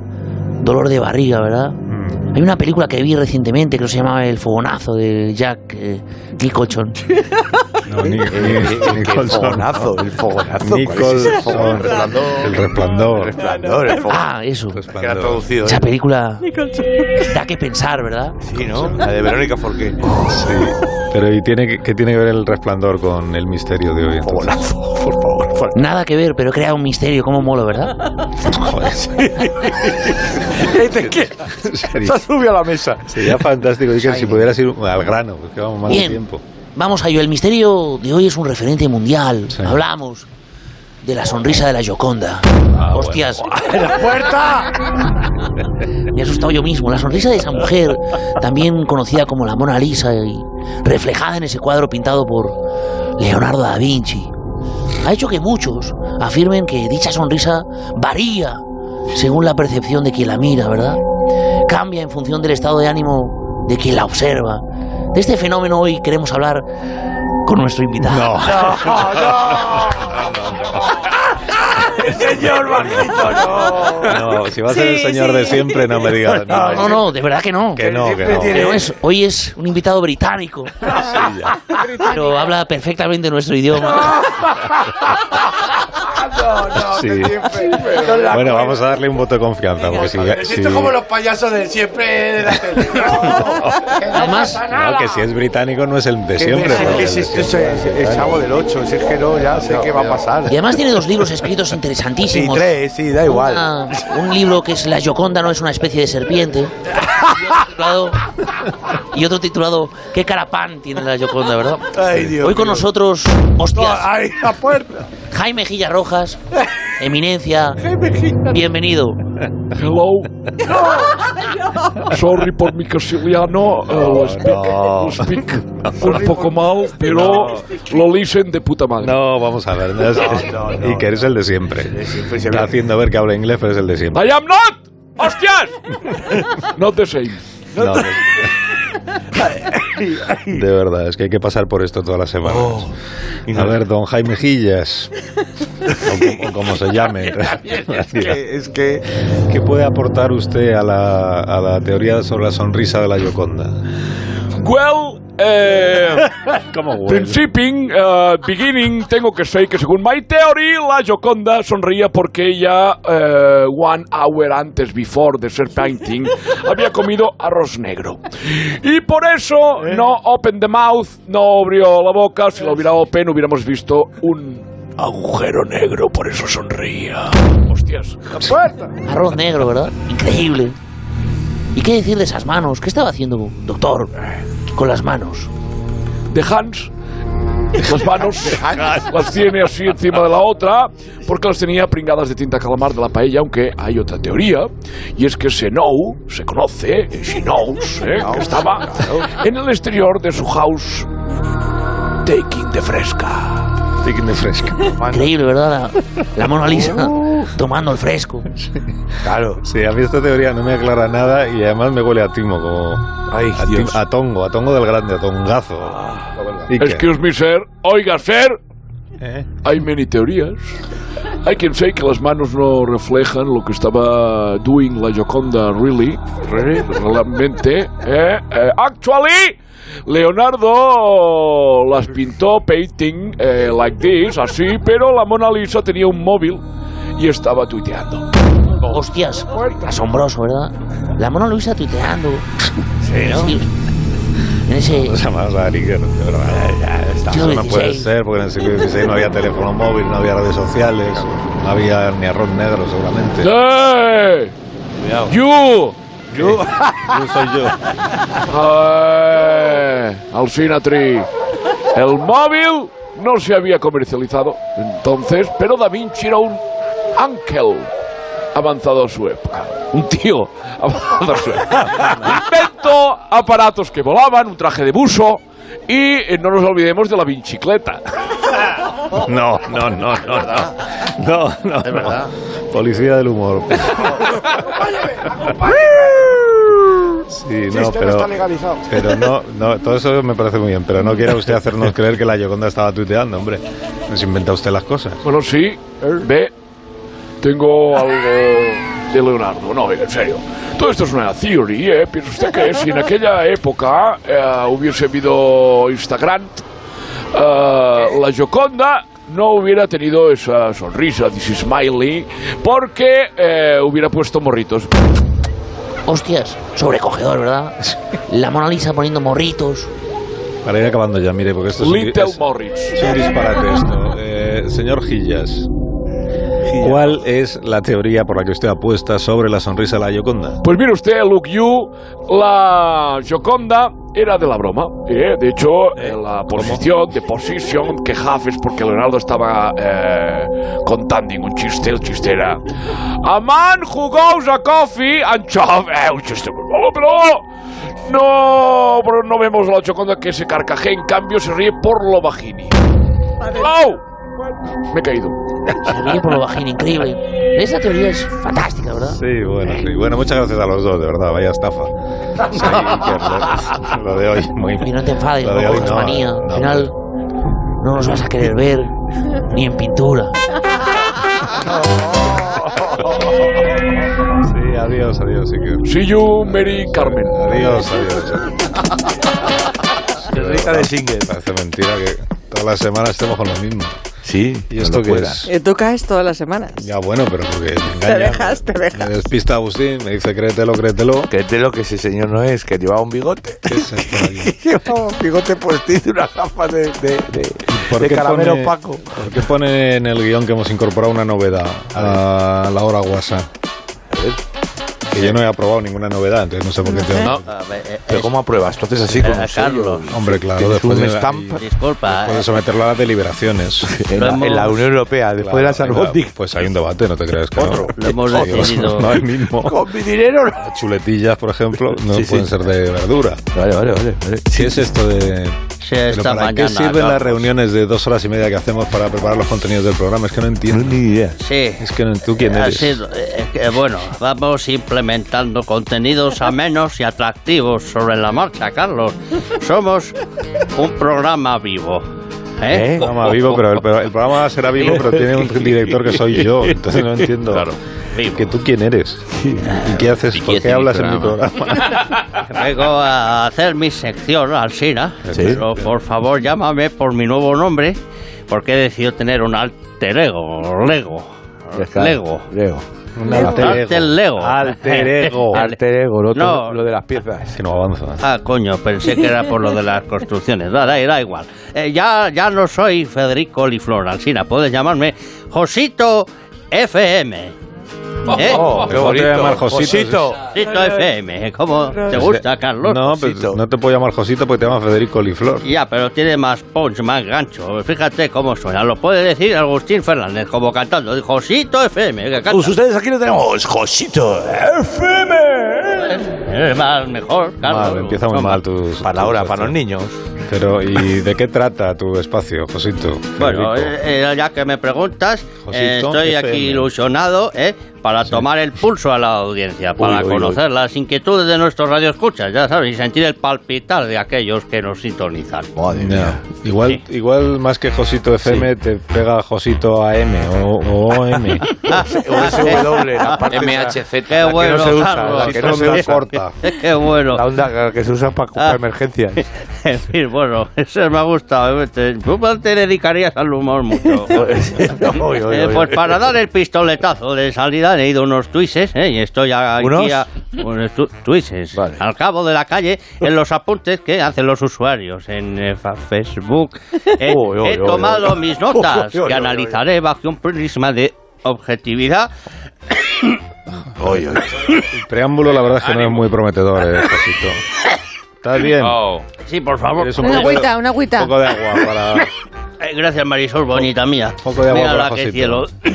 Speaker 9: dolor de barriga, ¿verdad?
Speaker 1: Mm.
Speaker 9: Hay una película que vi recientemente que se llamaba El Fogonazo de Jack eh, Nicholson.
Speaker 1: No, ni, ni-
Speaker 4: El
Speaker 1: Nicholson.
Speaker 4: fogonazo, el
Speaker 9: Pues
Speaker 4: fogonazo. Ah, ¿cuál es ese
Speaker 1: Nicholson.
Speaker 4: fogonazo?
Speaker 1: El
Speaker 4: El
Speaker 1: resplandor.
Speaker 4: resplandor, el fogonazo.
Speaker 9: Ah, eso.
Speaker 4: Que era
Speaker 1: Resplandor.
Speaker 4: traducido. ¿eh?
Speaker 9: Esa película da que pensar, ¿verdad?
Speaker 4: Sí, ¿no? La de Verónica Forqué.
Speaker 1: Sí. Pero ¿y tiene que, qué tiene que ver el resplandor con el misterio de hoy? entonces?
Speaker 9: Por favor. Nada que ver, pero he creado un misterio. ¿Cómo molo, verdad?
Speaker 1: Joder.
Speaker 4: Se ha subido a la mesa.
Speaker 1: Sería fantástico, Iker, si pudieras ir al grano, porque vamos mal de
Speaker 9: Bien.
Speaker 1: tiempo.
Speaker 9: Vamos a ello. El misterio de hoy es un referente mundial. Hablamos de la sonrisa de la Gioconda.
Speaker 4: Ah,
Speaker 9: ¡Hostias!
Speaker 4: ¡La puerta!
Speaker 9: Me he asustado yo mismo. La sonrisa de esa mujer, también conocida como la Mona Lisa y reflejada en ese cuadro pintado por Leonardo da Vinci, ha hecho que muchos afirmen que dicha sonrisa varía según la percepción de quien la mira, ¿verdad? Cambia en función del estado de ánimo de quien la observa. De este fenómeno hoy queremos hablar con nuestro invitado.
Speaker 4: Señor Marquito, no.
Speaker 1: No, si vas a ser el
Speaker 9: Sí,
Speaker 1: señor
Speaker 9: sí.
Speaker 1: de siempre, no me digas. No,
Speaker 9: No, Ah, no, no, de verdad que no.
Speaker 1: Que no, que no.
Speaker 9: Pero es- hoy es un invitado británico. Pero habla perfectamente nuestro idioma.
Speaker 1: Sí.
Speaker 4: Son la-
Speaker 1: Bueno, vamos a darle un voto de confianza. Porque si, si-
Speaker 4: Esto es como los payasos de siempre de la tele.
Speaker 9: Además,
Speaker 1: no, que si es británico no es el de siempre.
Speaker 4: es,
Speaker 1: porque
Speaker 4: que
Speaker 1: el
Speaker 4: es,
Speaker 1: de
Speaker 4: esto es,
Speaker 1: siempre
Speaker 4: es,
Speaker 1: es
Speaker 4: es chavo del 8, si es que no, ya sé qué va a pasar.
Speaker 9: Y además tiene dos libros escritos interesantísimos.
Speaker 4: Sí, tres, sí, da igual.
Speaker 9: Una- un libro que es La Gioconda no es una especie de serpiente. Y otro titulado, y otro titulado ¿Qué carapán tiene la Gioconda, verdad?
Speaker 4: Ay, Dios
Speaker 9: hoy con
Speaker 4: mío.
Speaker 9: nosotros, hostias,
Speaker 2: ah,
Speaker 4: ¡Ay, la puerta!
Speaker 9: Jaime Gilla Rojas, Eminencia. Bienvenido.
Speaker 8: Hello. Sorry por mi casiliano. eh, lo speak, lo speak un poco mal, pero lo dicen de puta madre.
Speaker 1: No, vamos a ver. no es-
Speaker 4: No, no, pues no.
Speaker 1: y que eres el de siempre. Está haciendo ver que habla inglés, pero es el de siempre.
Speaker 8: I am not! ¡Hostias! Not the same.
Speaker 1: No, de, de verdad, es que hay que pasar por esto todas las semanas. a ver, don Jaime Gillas, o, como- o como se llame.
Speaker 4: Es que, es que
Speaker 1: ¿Qué puede aportar usted a la, a la teoría sobre la sonrisa de la Gioconda?
Speaker 8: Well, eh,
Speaker 1: ¿Cómo
Speaker 8: Principing, eh, beginning, tengo que say que según my theory, la Gioconda sonría porque ella, eh, one hour antes, before the ser painting, había comido arroz negro. Y por eso, no open the mouth, no abrió la boca, si lo hubiera open hubiéramos visto un agujero negro, por eso sonría. Hostias.
Speaker 9: Arroz negro, ¿verdad? Increíble. ¿Y qué decir de esas manos? ¿Qué estaba haciendo, doctor, con las manos?
Speaker 8: de Hans. Las manos las tiene así encima de la otra porque las tenía pringadas de tinta calamar de la paella, aunque hay otra teoría y es que se know, se conoce, she knows, eh, que estaba en el exterior de su house taking de fresca.
Speaker 1: Taking the fresca. Oh.
Speaker 9: Increíble, ¿verdad? La, la Mona Lisa tomando el fresco.
Speaker 4: Claro.
Speaker 1: Sí, a mí esta teoría no me aclara nada y además me huele a timo, como
Speaker 4: Ay,
Speaker 1: a, tim-
Speaker 4: Dios.
Speaker 1: a tongo, a tongo del grande, a tongazo. ¿Y qué?
Speaker 8: Excuse me, sir. Oiga, sir.
Speaker 1: ¿Eh?
Speaker 8: Hay many teorías. Hay quien sé que las manos no reflejan lo que estaba doing la Gioconda really, re- realmente. eh, eh, actually, Leonardo las pintó painting eh, like this, así, pero la Mona Lisa tenía un móvil y estaba tuiteando.
Speaker 9: Hostias, asombroso, ¿verdad? La Mona Luisa tuiteando. Sí, En ese.
Speaker 1: No se llama Iker, de verdad.
Speaker 9: Yo
Speaker 1: Eso no puede
Speaker 9: 16.
Speaker 1: ser, porque en el siglo XVI no había teléfono móvil, no había redes sociales, no había ni arroz negro seguramente.
Speaker 8: Hey, you.
Speaker 1: Yo, yo soy yo.
Speaker 8: Eh, Alsina Tri. El móvil no se había comercializado entonces, pero Da Vinci era un ángel avanzado a su época. Un tío avanzado a su época. Inventó aparatos que volaban, un traje de buzo y eh, no nos olvidemos de la bincicleta.
Speaker 1: No, no, no, no, no. No, no.
Speaker 5: Es verdad.
Speaker 1: no. Policía del humor. Sí, no, pero, pero no, no, todo eso me parece muy bien, pero no quiera usted hacernos creer que la Yoconda estaba tuiteando, hombre. Nos inventa usted las cosas.
Speaker 8: Bueno, sí, ve, tengo algo de Leonardo. No, en serio. Todo esto es una theory, ¿eh? Piensa usted que si en aquella época eh, hubiese habido Instagram, eh, la Gioconda no hubiera tenido esa sonrisa, this smiley, porque eh, hubiera puesto morritos.
Speaker 9: Hostias, sobrecogedor, ¿verdad? La Mona Lisa poniendo morritos.
Speaker 1: Para ir acabando ya, mire, porque esto es un, di-
Speaker 8: Little
Speaker 1: es-
Speaker 8: Morris.
Speaker 1: es un disparate esto. Eh, señor Gillas, ¿cuál es la teoría por la que usted apuesta sobre la sonrisa de la Yoconda?
Speaker 8: Pues mire usted, Luke Yu, la Joconda era de la broma. ¿eh? De hecho, eh, la posición de posición que Huff es porque Leonardo estaba eh, contando un chiste, el chiste era... A man who goes a coffee and chop... Eh, un chiste muy malo, pero... No, pero no vemos la Joconda que se carcajea, en cambio se ríe por lo bajini. ¡Au! Me he caído.
Speaker 9: Se ríe por lo bajín, increíble. Esa teoría es fantástica, ¿verdad?
Speaker 1: Sí, bueno, sí. Bueno, muchas gracias a los dos, de verdad, vaya estafa. Sí, que lo, lo de hoy, muy...
Speaker 9: Y no te enfades,
Speaker 1: Lo
Speaker 9: no
Speaker 1: de hoy
Speaker 9: cojas
Speaker 1: no,
Speaker 9: manía. Al
Speaker 1: no,
Speaker 9: final no nos vas a querer ver ni en pintura.
Speaker 1: Sí, adiós, adiós, sí que-
Speaker 8: See you, Mary Carmen.
Speaker 1: Adiós, adiós. Rica de single. Parece mentira que todas las semanas estemos con lo mismo.
Speaker 4: Sí,
Speaker 1: ¿Y
Speaker 4: no
Speaker 1: esto
Speaker 4: lo
Speaker 1: qué
Speaker 4: puedas.
Speaker 1: es?
Speaker 3: Eh, tú caes todas las semanas.
Speaker 1: Ya bueno, pero porque me
Speaker 3: Te
Speaker 1: engaña.
Speaker 3: dejas, te
Speaker 1: Me
Speaker 3: dejas.
Speaker 1: despista Agustín, me dice créetelo, créetelo.
Speaker 4: Créete lo que ese señor no es, que llevaba un bigote.
Speaker 1: ¿Qué es esto aquí?
Speaker 4: llevaba un bigote postizo y unas gafas de, de, de,
Speaker 1: ¿Por
Speaker 4: de
Speaker 1: qué
Speaker 4: calavera
Speaker 1: pone-
Speaker 4: opaco.
Speaker 1: ¿Por qué pone en el guión que hemos incorporado una novedad a la hora WhatsApp? Que yo no he aprobado ninguna novedad, entonces no sé por qué tengo.
Speaker 2: No.
Speaker 11: A ver, eh,
Speaker 4: Pero
Speaker 11: es-
Speaker 4: ¿cómo apruebas? Entonces así
Speaker 11: Eh,
Speaker 4: con un
Speaker 11: Carlos.
Speaker 4: sello.
Speaker 1: Hombre, claro,
Speaker 4: Tienes
Speaker 1: después
Speaker 4: un
Speaker 1: de la-
Speaker 4: stamp
Speaker 11: Disculpa.
Speaker 1: Puedo
Speaker 11: eh,
Speaker 1: someterlo a las deliberaciones.
Speaker 4: en, la, en la Unión Europea, después de la
Speaker 1: Claro,
Speaker 4: Salvondi.
Speaker 1: Pues hay un debate, no te creas que no.
Speaker 11: Lo hemos
Speaker 1: Sí,
Speaker 11: decidido.
Speaker 1: No, el mismo.
Speaker 4: Con mi dinero.
Speaker 1: Las chuletillas, por ejemplo, no
Speaker 4: Sí, sí.
Speaker 1: pueden ser de verdura.
Speaker 4: Vale, vale, vale. vale.
Speaker 1: ¿Qué es esto de...?
Speaker 11: sí,
Speaker 1: pero
Speaker 11: esta
Speaker 1: ¿Para
Speaker 11: mañana,
Speaker 1: qué sirven las
Speaker 11: Carlos.
Speaker 1: reuniones de dos horas y media que hacemos para preparar los contenidos del programa? Es que no
Speaker 4: No
Speaker 1: entiendo.
Speaker 4: ni idea.
Speaker 11: Sí.
Speaker 1: Es que no- tú quién
Speaker 11: Ha
Speaker 1: eres.
Speaker 11: sido- eh, eh, bueno, vamos implementando contenidos amenos y atractivos sobre la marcha, Carlos. Somos un programa vivo. ¿eh?
Speaker 1: El programa vivo, pero el, pero el programa será vivo, pero tiene un director que soy yo, entonces no entiendo.
Speaker 2: Claro,
Speaker 11: vivo.
Speaker 1: ¿Que tú quién eres? ¿Y qué haces?
Speaker 2: ¿Y qué
Speaker 1: ¿Por
Speaker 2: hace
Speaker 1: qué
Speaker 2: mi
Speaker 1: hablas en mi
Speaker 2: programa?
Speaker 1: programa?
Speaker 11: Vengo a hacer mi sección, Alsina.
Speaker 1: Sí.
Speaker 11: Pero por favor, llámame por mi nuevo nombre, porque he decidido tener un alter ego. Lego. Lego.
Speaker 4: Lego.
Speaker 1: Un alter ego.
Speaker 11: Alter Lego.
Speaker 4: Alter ego. Alter ego, lo, otro-
Speaker 11: No.
Speaker 4: lo de las piezas.
Speaker 1: Que no avanza.
Speaker 11: Ah, coño, pensé que era por lo de las construcciones. Da, da, da igual. Eh, ya, ya no soy Federico Oliflor Alsina. Puedes llamarme Josito FM. ¿Eh?
Speaker 4: Oh, qué
Speaker 1: Te voy a
Speaker 4: bonito.
Speaker 1: llamar Josito.
Speaker 11: Josito FM. ¿Cómo te gusta, Carlos?
Speaker 1: No, pues- pero no te puedo llamar Josito porque te llamas Federico Oliflor.
Speaker 11: Ya, pero tiene más punch, más gancho. Fíjate cómo suena. Lo puede decir Agustín Fernández como cantando. Josito FM. Que canta.
Speaker 4: Pues ustedes aquí lo tenemos. Josito. FM.
Speaker 11: Es más mejor, Carlos.
Speaker 1: Mal, empieza muy
Speaker 11: Toma.
Speaker 1: mal tus...
Speaker 4: Para la
Speaker 1: tus
Speaker 4: hora, para los
Speaker 1: estos.
Speaker 4: niños.
Speaker 1: Pero, ¿y de qué trata tu espacio, Josito? Federico?
Speaker 11: Bueno, eh, eh, ya que me preguntas, eh,
Speaker 1: Josito,
Speaker 11: estoy
Speaker 1: FM.
Speaker 11: aquí ilusionado eh, para tomar el pulso a la audiencia, para
Speaker 1: uy, uy.
Speaker 11: conocer las inquietudes de nuestros radioescuchas, ya sabes, y sentir el palpitar de aquellos que nos sintonizan.
Speaker 4: Madre
Speaker 1: Ya. Igual, igual más que Josito FM te pega Josito AM o, o OM.
Speaker 4: O SW, la parte esa-
Speaker 2: MHZ.
Speaker 11: Qué bueno,
Speaker 4: se usa,
Speaker 11: Carlos.
Speaker 4: la que no se
Speaker 1: Onda
Speaker 4: usa.
Speaker 1: corta.
Speaker 11: Qué bueno.
Speaker 4: La onda que se usa para
Speaker 11: Ah.
Speaker 4: ocupar emergencias.
Speaker 11: En fin, bueno, eso me ha gustado. eh, Te- Tú te dedicarías al humor mucho.
Speaker 4: Oy, oy,
Speaker 11: Eh,
Speaker 4: oy.
Speaker 11: pues para dar el pistoletazo de salida he ido unos tuises eh, y estoy aquí
Speaker 4: ¿Unos?
Speaker 11: a- unos tu- tuises
Speaker 4: Vale.
Speaker 11: al cabo de la calle en los apuntes que hacen los usuarios en eh, fa- Facebook. Eh,
Speaker 4: Uy, uy,
Speaker 11: he
Speaker 4: uy,
Speaker 11: tomado
Speaker 4: uy.
Speaker 11: mis notas
Speaker 4: Uy, uy, uy, uy.
Speaker 11: que analizaré bajo un prisma de objetividad.
Speaker 4: Oy, oy.
Speaker 1: El preámbulo, la verdad es que no es muy prometedor, eh, Josito. ¿Estás bien?
Speaker 2: Oh.
Speaker 11: Sí, por favor.
Speaker 1: ¿Quieres
Speaker 3: Una
Speaker 1: poco de-
Speaker 3: agüita, una agüita.
Speaker 1: Un poco de agua para.
Speaker 11: Eh, Gracias, Marisol, bonita mía.
Speaker 1: poco de agua
Speaker 11: Mira
Speaker 1: para
Speaker 11: la que
Speaker 1: Josito.
Speaker 11: cielo. Eh,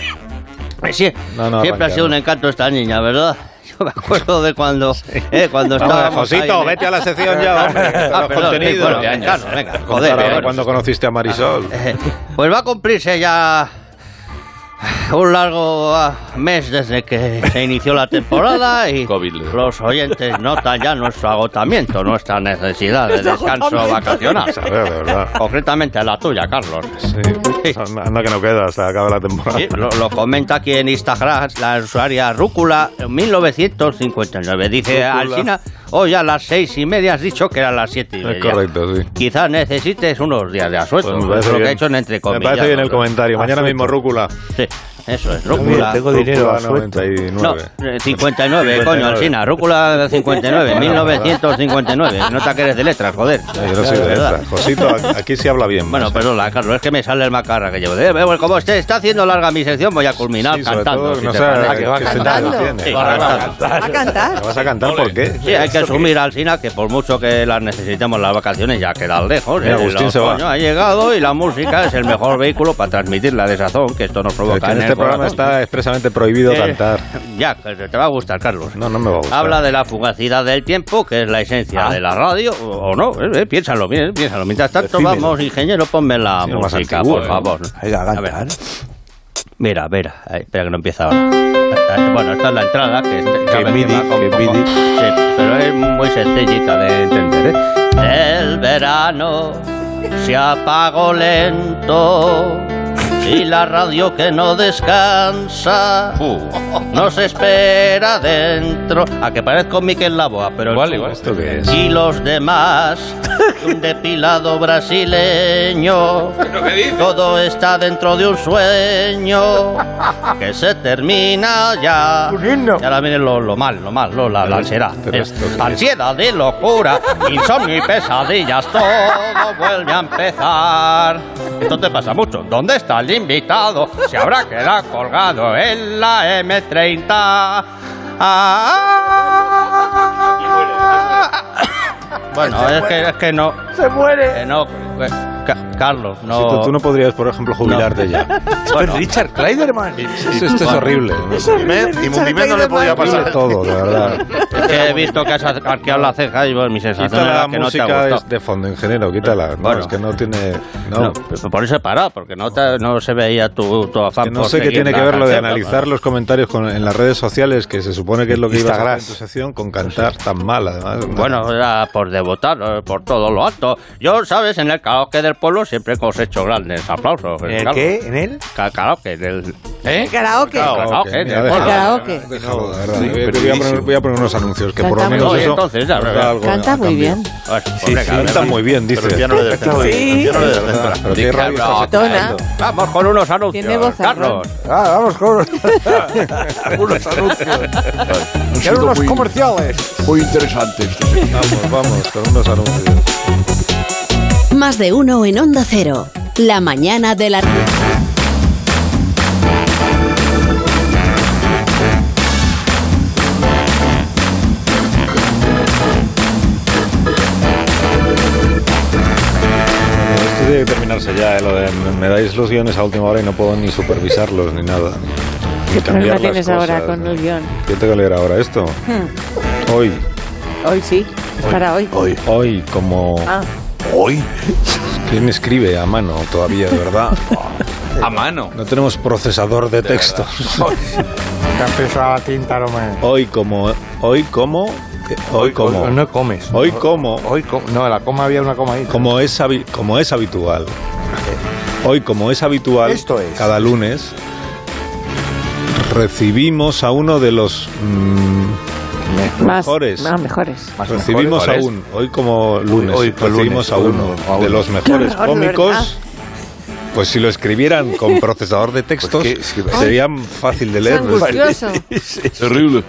Speaker 11: Sí,
Speaker 1: No, no,
Speaker 11: siempre
Speaker 1: arranca,
Speaker 11: ha sido
Speaker 1: no.
Speaker 11: un encanto esta niña, ¿verdad? Yo me acuerdo de cuando, eh, cuando
Speaker 1: Vamos,
Speaker 11: estaba.
Speaker 1: Josito, vete a la sección ya, hombre.
Speaker 11: Ah,
Speaker 1: los
Speaker 11: perdón,
Speaker 1: contenidos.
Speaker 11: bueno,
Speaker 2: De años.
Speaker 11: claro, venga,
Speaker 1: Contar
Speaker 11: joder.
Speaker 1: ahora
Speaker 11: venga.
Speaker 1: cuando conociste a Marisol.
Speaker 11: Eh, Pues va a cumplirse ya un largo ah, mes desde que se inició la temporada y
Speaker 2: Covid.
Speaker 11: los oyentes notan ya nuestro agotamiento, nuestra necesidad de descanso vacacional.
Speaker 1: A ver, de verdad.
Speaker 11: Concretamente la tuya, Carlos.
Speaker 1: Sí. pues, Anda, anda que no queda hasta que acabe la temporada.
Speaker 11: Sí, lo, lo comenta aquí en Instagram la usuaria Rúcula 1959. Dice Alcina, Hoy a las seis y media has dicho que eran las siete y media.
Speaker 1: Es correcto, sí.
Speaker 11: Quizás necesites unos días de asueto.
Speaker 1: Pues me parece
Speaker 11: Eso es lo que
Speaker 1: bien.
Speaker 11: he hecho en entre
Speaker 1: Me parece bien el comentario. Mañana mismo
Speaker 11: rúcula. Sí, eso es,
Speaker 1: Yo
Speaker 11: rúcula.
Speaker 1: tengo dinero
Speaker 11: Rúcula
Speaker 1: asueto. 99.
Speaker 11: No, eh, 59, coño,
Speaker 1: 59.
Speaker 11: Alcina. Rúcula 59, 1959. No te quieres de letras, joder.
Speaker 1: Yo no soy de letras. Josito, a- aquí se habla bien.
Speaker 11: Bueno, perdona, Carlos, es que me sale el macarra que llevo. De, bueno, como usted está haciendo larga mi sección, voy a culminar
Speaker 1: Sí, sobre
Speaker 11: cantando.
Speaker 1: todo,
Speaker 11: si
Speaker 1: no
Speaker 11: te
Speaker 1: sé,
Speaker 11: parece.
Speaker 1: Ah, que va qué sentido cantando. tiene.
Speaker 11: Sí,
Speaker 1: Va a
Speaker 11: cantando.
Speaker 1: cantar. Va a cantar. ¿Vas a cantar por qué?
Speaker 11: Sí, hay que asumir, Alcina, que por mucho que las necesitemos las vacaciones, ya quedan lejos.
Speaker 1: Mira,
Speaker 11: El
Speaker 1: Agustín se va.
Speaker 11: otoño Ha llegado y la música es el mejor vehículo para transmitir la desazón que esto nos
Speaker 1: Pero es
Speaker 11: provoca.
Speaker 1: que en
Speaker 11: el
Speaker 1: este programa
Speaker 11: corazón.
Speaker 1: está expresamente prohibido
Speaker 11: Eh,
Speaker 1: cantar.
Speaker 11: Ya, que te va a gustar, Carlos.
Speaker 1: No, no me va a gustar. Ah.
Speaker 11: Habla de la fugacidad del tiempo, que es la esencia de la radio, o o no, eh, eh, piénsalo bien, piénsalo. Mientras tanto,
Speaker 1: Decímelo.
Speaker 11: vamos, ingeniero, ponme la
Speaker 1: Sí, lo más
Speaker 11: música,
Speaker 1: antiguo,
Speaker 11: por
Speaker 1: eh.
Speaker 11: favor. A ver. Mira, mira, Ay, espera que no empieza ahora. Eh, Bueno, esta es la entrada, que, este, cabe que
Speaker 4: midi,
Speaker 11: va con
Speaker 4: que
Speaker 11: poco-
Speaker 4: midi.
Speaker 11: Sí, pero es muy sencillita de entender, ¿eh? El verano se apagó lento y la radio que no descansa nos espera dentro. A que parezco Miquel Laboa, pero... Igual, igual. ¿Esto
Speaker 1: qué
Speaker 11: es? Y los demás, un depilado brasileño. Todo está dentro de un sueño que se termina ya. Y ahora viene lo, lo mal, lo mal, lo, la, la ansiedad. Es ansiedad y locura, insomnio y pesadillas, todo vuelve a empezar. Esto te pasa mucho. ¿Dónde está el invitado? Se habrá quedado colgado en la M30. Ah. bueno, es que, es que no. Se muere. no, eh, Ca- Carlos, no.
Speaker 1: Josito, tú no podrías, por ejemplo, jubilarte ya.
Speaker 11: Bueno,
Speaker 4: Richard Kleiderman.
Speaker 1: Esto, esto es horrible.
Speaker 5: Med y Mundimed no le podía
Speaker 1: Horrible
Speaker 5: pasar.
Speaker 1: todo, de verdad.
Speaker 11: es que he visto que has arqueado la ceja y bueno, mi sensación
Speaker 1: Quita
Speaker 11: era
Speaker 1: la
Speaker 11: que no te ha
Speaker 1: música
Speaker 11: gustado.
Speaker 1: de, de fondo, ingeniero, quítala. No,
Speaker 11: Bueno.
Speaker 1: es que no tiene... No,
Speaker 11: No, pero por eso he parado, porque no, te- no se veía tu, tu afán.
Speaker 1: Que no
Speaker 11: por
Speaker 1: sé qué
Speaker 11: seguir
Speaker 1: tiene
Speaker 11: la
Speaker 1: que ver lo de
Speaker 11: canción,
Speaker 1: analizar los comentarios con- en las redes sociales, que se supone que es lo que ibas a hacer en tu sección, con cantar tan mal, además.
Speaker 11: pero- Bueno, era por devotar, eh, por todo lo alto. Yo, sabes, en el karaoke del pueblo siempre cosecho grandes aplausos.
Speaker 4: ¿En el
Speaker 11: Carlos.
Speaker 4: qué? ¿En el?
Speaker 11: Ca- Karaoke, en el... ¿Eh?
Speaker 3: Karaoke.
Speaker 11: Karaoke, del
Speaker 1: mira,
Speaker 11: pueblo.
Speaker 1: déjalo,
Speaker 3: Karaoke.
Speaker 1: déjalo, de verdad.
Speaker 4: Sí,
Speaker 1: eh, Voy a- voy, a
Speaker 4: perdidísimo.
Speaker 1: poner, voy a poner unos anuncios que por
Speaker 3: Canta
Speaker 1: lo menos
Speaker 11: muy
Speaker 1: eso
Speaker 11: bien. Entonces, ya,
Speaker 1: nos
Speaker 11: ya,
Speaker 1: da
Speaker 11: ya.
Speaker 1: algo
Speaker 3: Canta
Speaker 1: a
Speaker 3: muy
Speaker 1: cambio.
Speaker 3: bien.
Speaker 11: Bueno, pues
Speaker 1: Sí,
Speaker 11: venga,
Speaker 1: sí,
Speaker 11: a ver,
Speaker 1: canta muy bien, dice.
Speaker 5: Pero el piano le descentra.
Speaker 3: Sí.
Speaker 5: El piano le
Speaker 1: De verdad,
Speaker 5: descentra.
Speaker 1: pero qué radio estás
Speaker 11: Karaoke.
Speaker 3: Tona.
Speaker 11: Vamos con unos anuncios.
Speaker 3: Tiene voz
Speaker 11: Carlos.
Speaker 4: Ah, vamos con unos, unos anuncios. Quiero unos comerciales.
Speaker 8: Muy interesante esto.
Speaker 1: Vamos, vamos, con unos anuncios.
Speaker 10: Más de uno en Onda Cero. La mañana de la...
Speaker 1: Esto tiene que terminarse ya, eh, lo de me- me dais los guiones a última hora y no puedo ni supervisarlos ni nada. Ni,
Speaker 3: ¿Qué
Speaker 1: ni cambiar
Speaker 3: problema
Speaker 1: las
Speaker 3: tienes ahora
Speaker 1: cosas,
Speaker 3: con
Speaker 1: ¿no?
Speaker 3: el guión? Hmm.
Speaker 1: Yo tengo que leer ahora esto. Hoy,
Speaker 3: Hoy sí, para hoy.
Speaker 1: hoy, hoy como
Speaker 3: Ah,
Speaker 4: Hoy.
Speaker 1: ¿Quién escribe a mano todavía, de verdad?
Speaker 2: A mano.
Speaker 1: No tenemos procesador de textos.
Speaker 4: Te has pisado la tinta, no me.
Speaker 1: Hoy como, hoy como, eh, hoy como,
Speaker 4: No comes.
Speaker 1: hoy como,
Speaker 4: Hoy co- No, en la coma había una coma ahí.
Speaker 1: como es habi- como es habitual. Hoy como es habitual,
Speaker 4: Esto es.
Speaker 1: cada lunes recibimos a uno de los mm,
Speaker 3: más,
Speaker 1: Mejores.
Speaker 3: Ah, mejores.
Speaker 4: Más
Speaker 1: Recibimos
Speaker 4: mejores.
Speaker 1: a un, hoy como lunes,
Speaker 4: Hoy- hoy fue
Speaker 1: recibimos
Speaker 4: lunes,
Speaker 1: a uno
Speaker 4: a uno.
Speaker 1: de los mejores
Speaker 3: horror,
Speaker 1: cómicos. Pues si lo escribieran con procesador de textos,
Speaker 4: Pues que- es que-
Speaker 1: sería fácil de
Speaker 3: Es
Speaker 1: leer.
Speaker 3: angustioso.
Speaker 8: Terrible.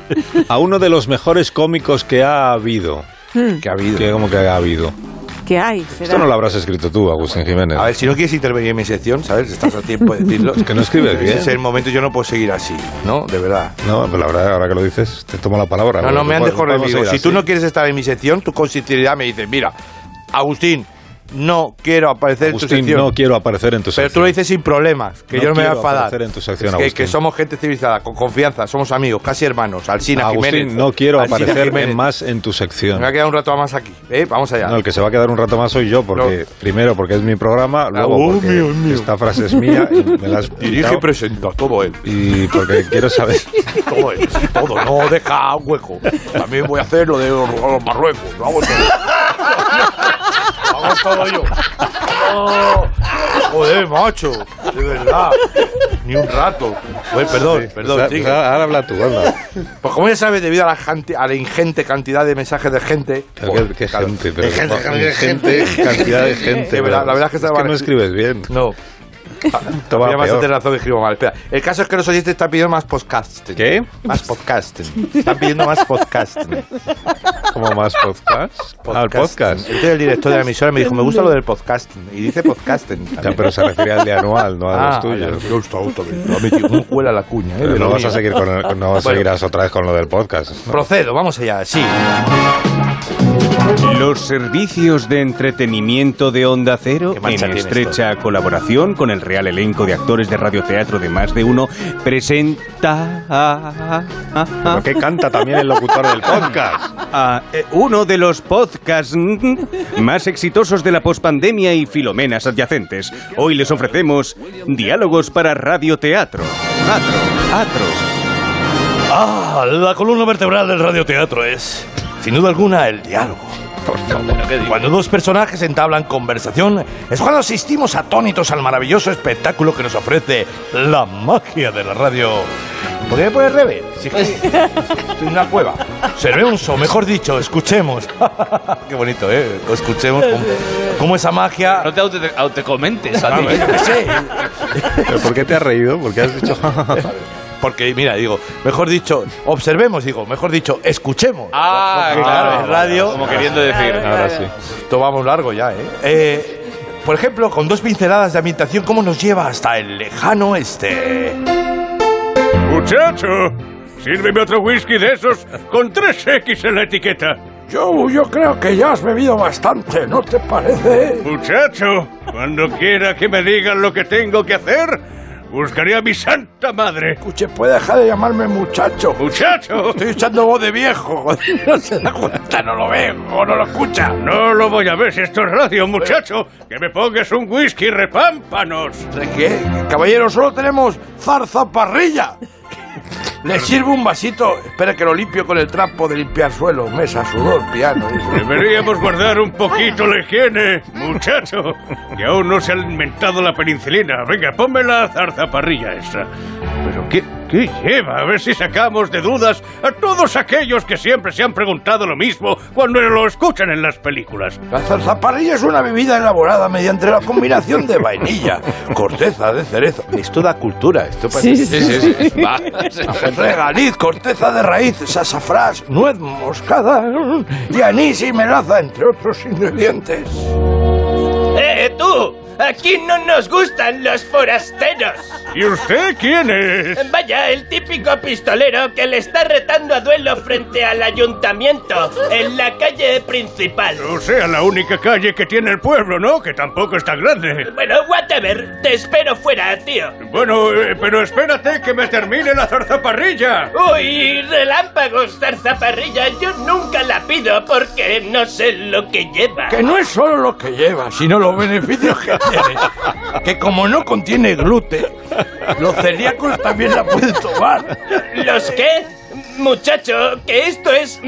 Speaker 1: A uno de los mejores cómicos que ha habido.
Speaker 3: Hmm.
Speaker 4: Que ha habido.
Speaker 1: Que como que ha habido.
Speaker 3: ¿Qué hay? ¿Será?
Speaker 1: Esto no lo habrás escrito tú, Agustín Jiménez.
Speaker 4: A ver, si no quieres intervenir en mi sección, ¿sabes? Estás a tiempo de decirlo.
Speaker 1: que no escribes bien.
Speaker 4: Ese es el momento, yo no puedo seguir así, ¿no? De verdad.
Speaker 1: No, pero la verdad, ahora que lo dices, te tomo la palabra.
Speaker 4: No, no,
Speaker 1: porque
Speaker 4: me han
Speaker 1: podemos
Speaker 4: descorregido.
Speaker 1: ir
Speaker 4: Si tú
Speaker 1: así.
Speaker 4: no quieres estar en mi sección, tu consisteridad me dice, mira, Agustín, no quiero aparecer en tu
Speaker 1: Agustín,
Speaker 4: sección.
Speaker 1: no quiero aparecer en tu
Speaker 4: pero tú
Speaker 1: sección.
Speaker 4: lo dices sin problemas, que
Speaker 1: No
Speaker 4: yo no me voy a
Speaker 1: quiero
Speaker 4: enfadar.
Speaker 1: aparecer en tu sección,
Speaker 4: Es que,
Speaker 1: Agustín.
Speaker 4: que somos gente civilizada, con confianza, somos amigos, casi hermanos. Alsina
Speaker 1: Ah, Agustín,
Speaker 4: Jiménez.
Speaker 1: no quiero
Speaker 4: Alsina
Speaker 1: aparecer
Speaker 4: Jiménez.
Speaker 1: más en tu
Speaker 4: Me
Speaker 1: sección.
Speaker 4: voy a quedar un rato más aquí, ¿eh? Vamos allá.
Speaker 1: No, el que se va a quedar un rato más soy yo, porque
Speaker 4: No.
Speaker 1: primero porque es mi programa, luego
Speaker 4: oh,
Speaker 1: porque
Speaker 4: mío, mío.
Speaker 1: esta frase es mía y me la has
Speaker 4: Dirige y
Speaker 1: pintado,
Speaker 4: presenta, todo él.
Speaker 1: y porque quiero saber.
Speaker 4: Todo él, todo, no deja hueco. También voy a hacer lo de los Marruecos, lo hago todo. Lo hago todo yo. No, Joder, macho. De verdad. Ni un rato. Joder, perdón,
Speaker 1: Sí,
Speaker 4: perdón.
Speaker 1: pues,
Speaker 4: chico.
Speaker 1: pues, ahora habla tú, habla.
Speaker 4: Pues como ya sabes, debido a la, gente- a la ingente cantidad de mensajes de gente.
Speaker 1: Pero qué- qué gente, pero-
Speaker 4: Gente,
Speaker 1: gente, gente, cantidad de gente.
Speaker 4: De verdad,
Speaker 1: pero
Speaker 4: la verdad es que estaba
Speaker 1: no escribes bien.
Speaker 4: No.
Speaker 1: Toma,
Speaker 4: Todavía vas a
Speaker 1: peor.
Speaker 4: tener razón, escribo mal. Espera, el caso es que los oyentes están pidiendo más podcast.
Speaker 1: ¿Qué?
Speaker 4: Más podcast. Están pidiendo más podcast.
Speaker 1: ¿Como más podcast? Ah, el podcast.
Speaker 4: Entonces el director de la emisora me dijo, me gusta lo del podcasting. Y dice podcasting.
Speaker 1: Ya, pero se refiere al de anual, no a los
Speaker 4: Ah,
Speaker 1: tuyos.
Speaker 4: Me gusta, gusta, gusta. Ha metido un cuela a la cuña. ¿eh?
Speaker 1: Pero
Speaker 4: Pero
Speaker 1: no vas a
Speaker 4: mira.
Speaker 1: seguir con el- no
Speaker 4: Bueno,
Speaker 1: seguirás otra vez con lo del podcast. ¿no?
Speaker 4: Procedo, vamos allá, sí.
Speaker 12: Los servicios de entretenimiento de Onda Cero, en
Speaker 4: marcha tiene
Speaker 12: estrecha colaboración con el real elenco de actores de radioteatro de más de uno, presenta.
Speaker 1: Pero que canta también el locutor del podcast.
Speaker 12: a, eh, uno de los podcasts más exitosos de la pospandemia y filomenas adyacentes. Hoy les ofrecemos diálogos para radioteatro. Atro, atro.
Speaker 13: Ah, la columna vertebral del radioteatro es, sin duda alguna, el diálogo. Cuando dos personajes entablan conversación, es cuando asistimos atónitos al maravilloso espectáculo que nos ofrece la magia de la radio. ¿Por qué me pones revés? Si es que estoy en una cueva. Servemos, o mejor dicho, escuchemos. qué bonito, ¿eh? Escuchemos cómo, cómo esa magia... Ah, No te autocomentes
Speaker 2: a ti.
Speaker 1: ¿Pero ¿Por qué te has reído? Porque has dicho...
Speaker 4: Porque, mira, digo, mejor dicho, observemos, digo, mejor dicho, escuchemos.
Speaker 2: Ah,
Speaker 4: Porque,
Speaker 2: claro,
Speaker 4: en radio.
Speaker 2: como queriendo decir. Ahora sí.
Speaker 4: Esto vamos largo ya, ¿eh? Eh, Por ejemplo, con dos pinceladas de ambientación, ¿cómo nos lleva hasta el lejano este?
Speaker 14: Muchacho, sírveme otro whisky de esos con 3X en la etiqueta. Yo, yo creo que ya has bebido bastante, ¿no te parece? Muchacho, cuando quiera que me digan lo que tengo que hacer, buscaré a mi santa madre. Escuche,
Speaker 13: Puede dejar de llamarme muchacho.
Speaker 14: Muchacho.
Speaker 13: Estoy echando voz de viejo. joder, No se da cuenta, no lo ve o no lo escucha.
Speaker 14: No lo voy a ver si esto es radio, muchacho. Que me pongas un whisky repámpanos.
Speaker 13: ¿Qué? Caballero, solo tenemos zarza parrilla. Le sirvo un vasito. Espera que lo limpio con el trapo de limpiar suelo, mesa, sudor, piano.
Speaker 14: Deberíamos guardar un poquito la higiene, muchacho. Que aún no se ha inventado la penicilina. Venga, ponme la zarzaparrilla esa. Pero ¿qué, qué lleva? A ver si sacamos de dudas a todos aquellos que siempre se han preguntado lo mismo cuando lo escuchan en las películas.
Speaker 13: La zarzaparrilla es una bebida elaborada mediante la combinación de vainilla, corteza de cereza. Esto da cultura, esto
Speaker 4: parece- Sí, sí, sí, sí. Va.
Speaker 13: Regaliz, corteza de raíz, sasafrás, nuez moscada y anís y melaza, entre otros ingredientes.
Speaker 15: ¡Eh, tú! Aquí no nos gustan los forasteros.
Speaker 14: ¿Y usted quién es?
Speaker 15: Vaya, el típico pistolero que le está retando a duelo frente al ayuntamiento en la calle principal.
Speaker 14: O sea, la única calle que tiene el pueblo, ¿no? Que tampoco es tan grande.
Speaker 15: Bueno, whatever, te espero fuera, tío.
Speaker 14: Bueno, eh, pero espérate que me termine la zarzaparrilla.
Speaker 15: Uy, relámpagos, zarzaparrilla, yo nunca la pido porque no sé lo que lleva.
Speaker 13: Que no es solo lo que lleva, sino los beneficios que tiene. Que como no contiene gluten, los celíacos también la pueden tomar.
Speaker 15: ¿Los qué? Muchacho, que esto es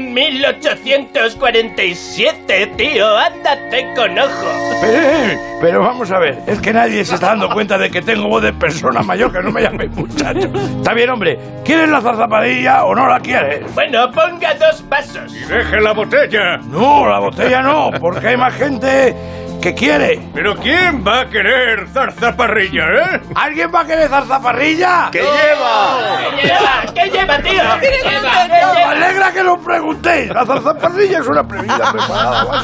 Speaker 15: 1847, tío, ándate con ojo.
Speaker 13: Pero, eh, pero vamos a ver, es que nadie se está dando cuenta de que tengo voz de persona mayor que no me llaméis muchacho. Está bien, hombre, ¿quieres la zarzaparilla o no la quieres?
Speaker 15: Bueno, ponga dos pasos.
Speaker 14: Y deje la botella.
Speaker 13: No, la botella no, porque hay más gente que quiere.
Speaker 14: ¿Pero quién va a querer zarzaparrilla, eh?
Speaker 13: ¿Alguien va a querer zarzaparrilla?
Speaker 14: ¿Qué lleva?
Speaker 15: ¿Qué lleva? ¿Qué lleva, tío? ¿Qué lleva? ¿Qué
Speaker 13: Me
Speaker 15: lleva?
Speaker 13: alegra que lo preguntéis. La zarzaparrilla es una bebida preparada.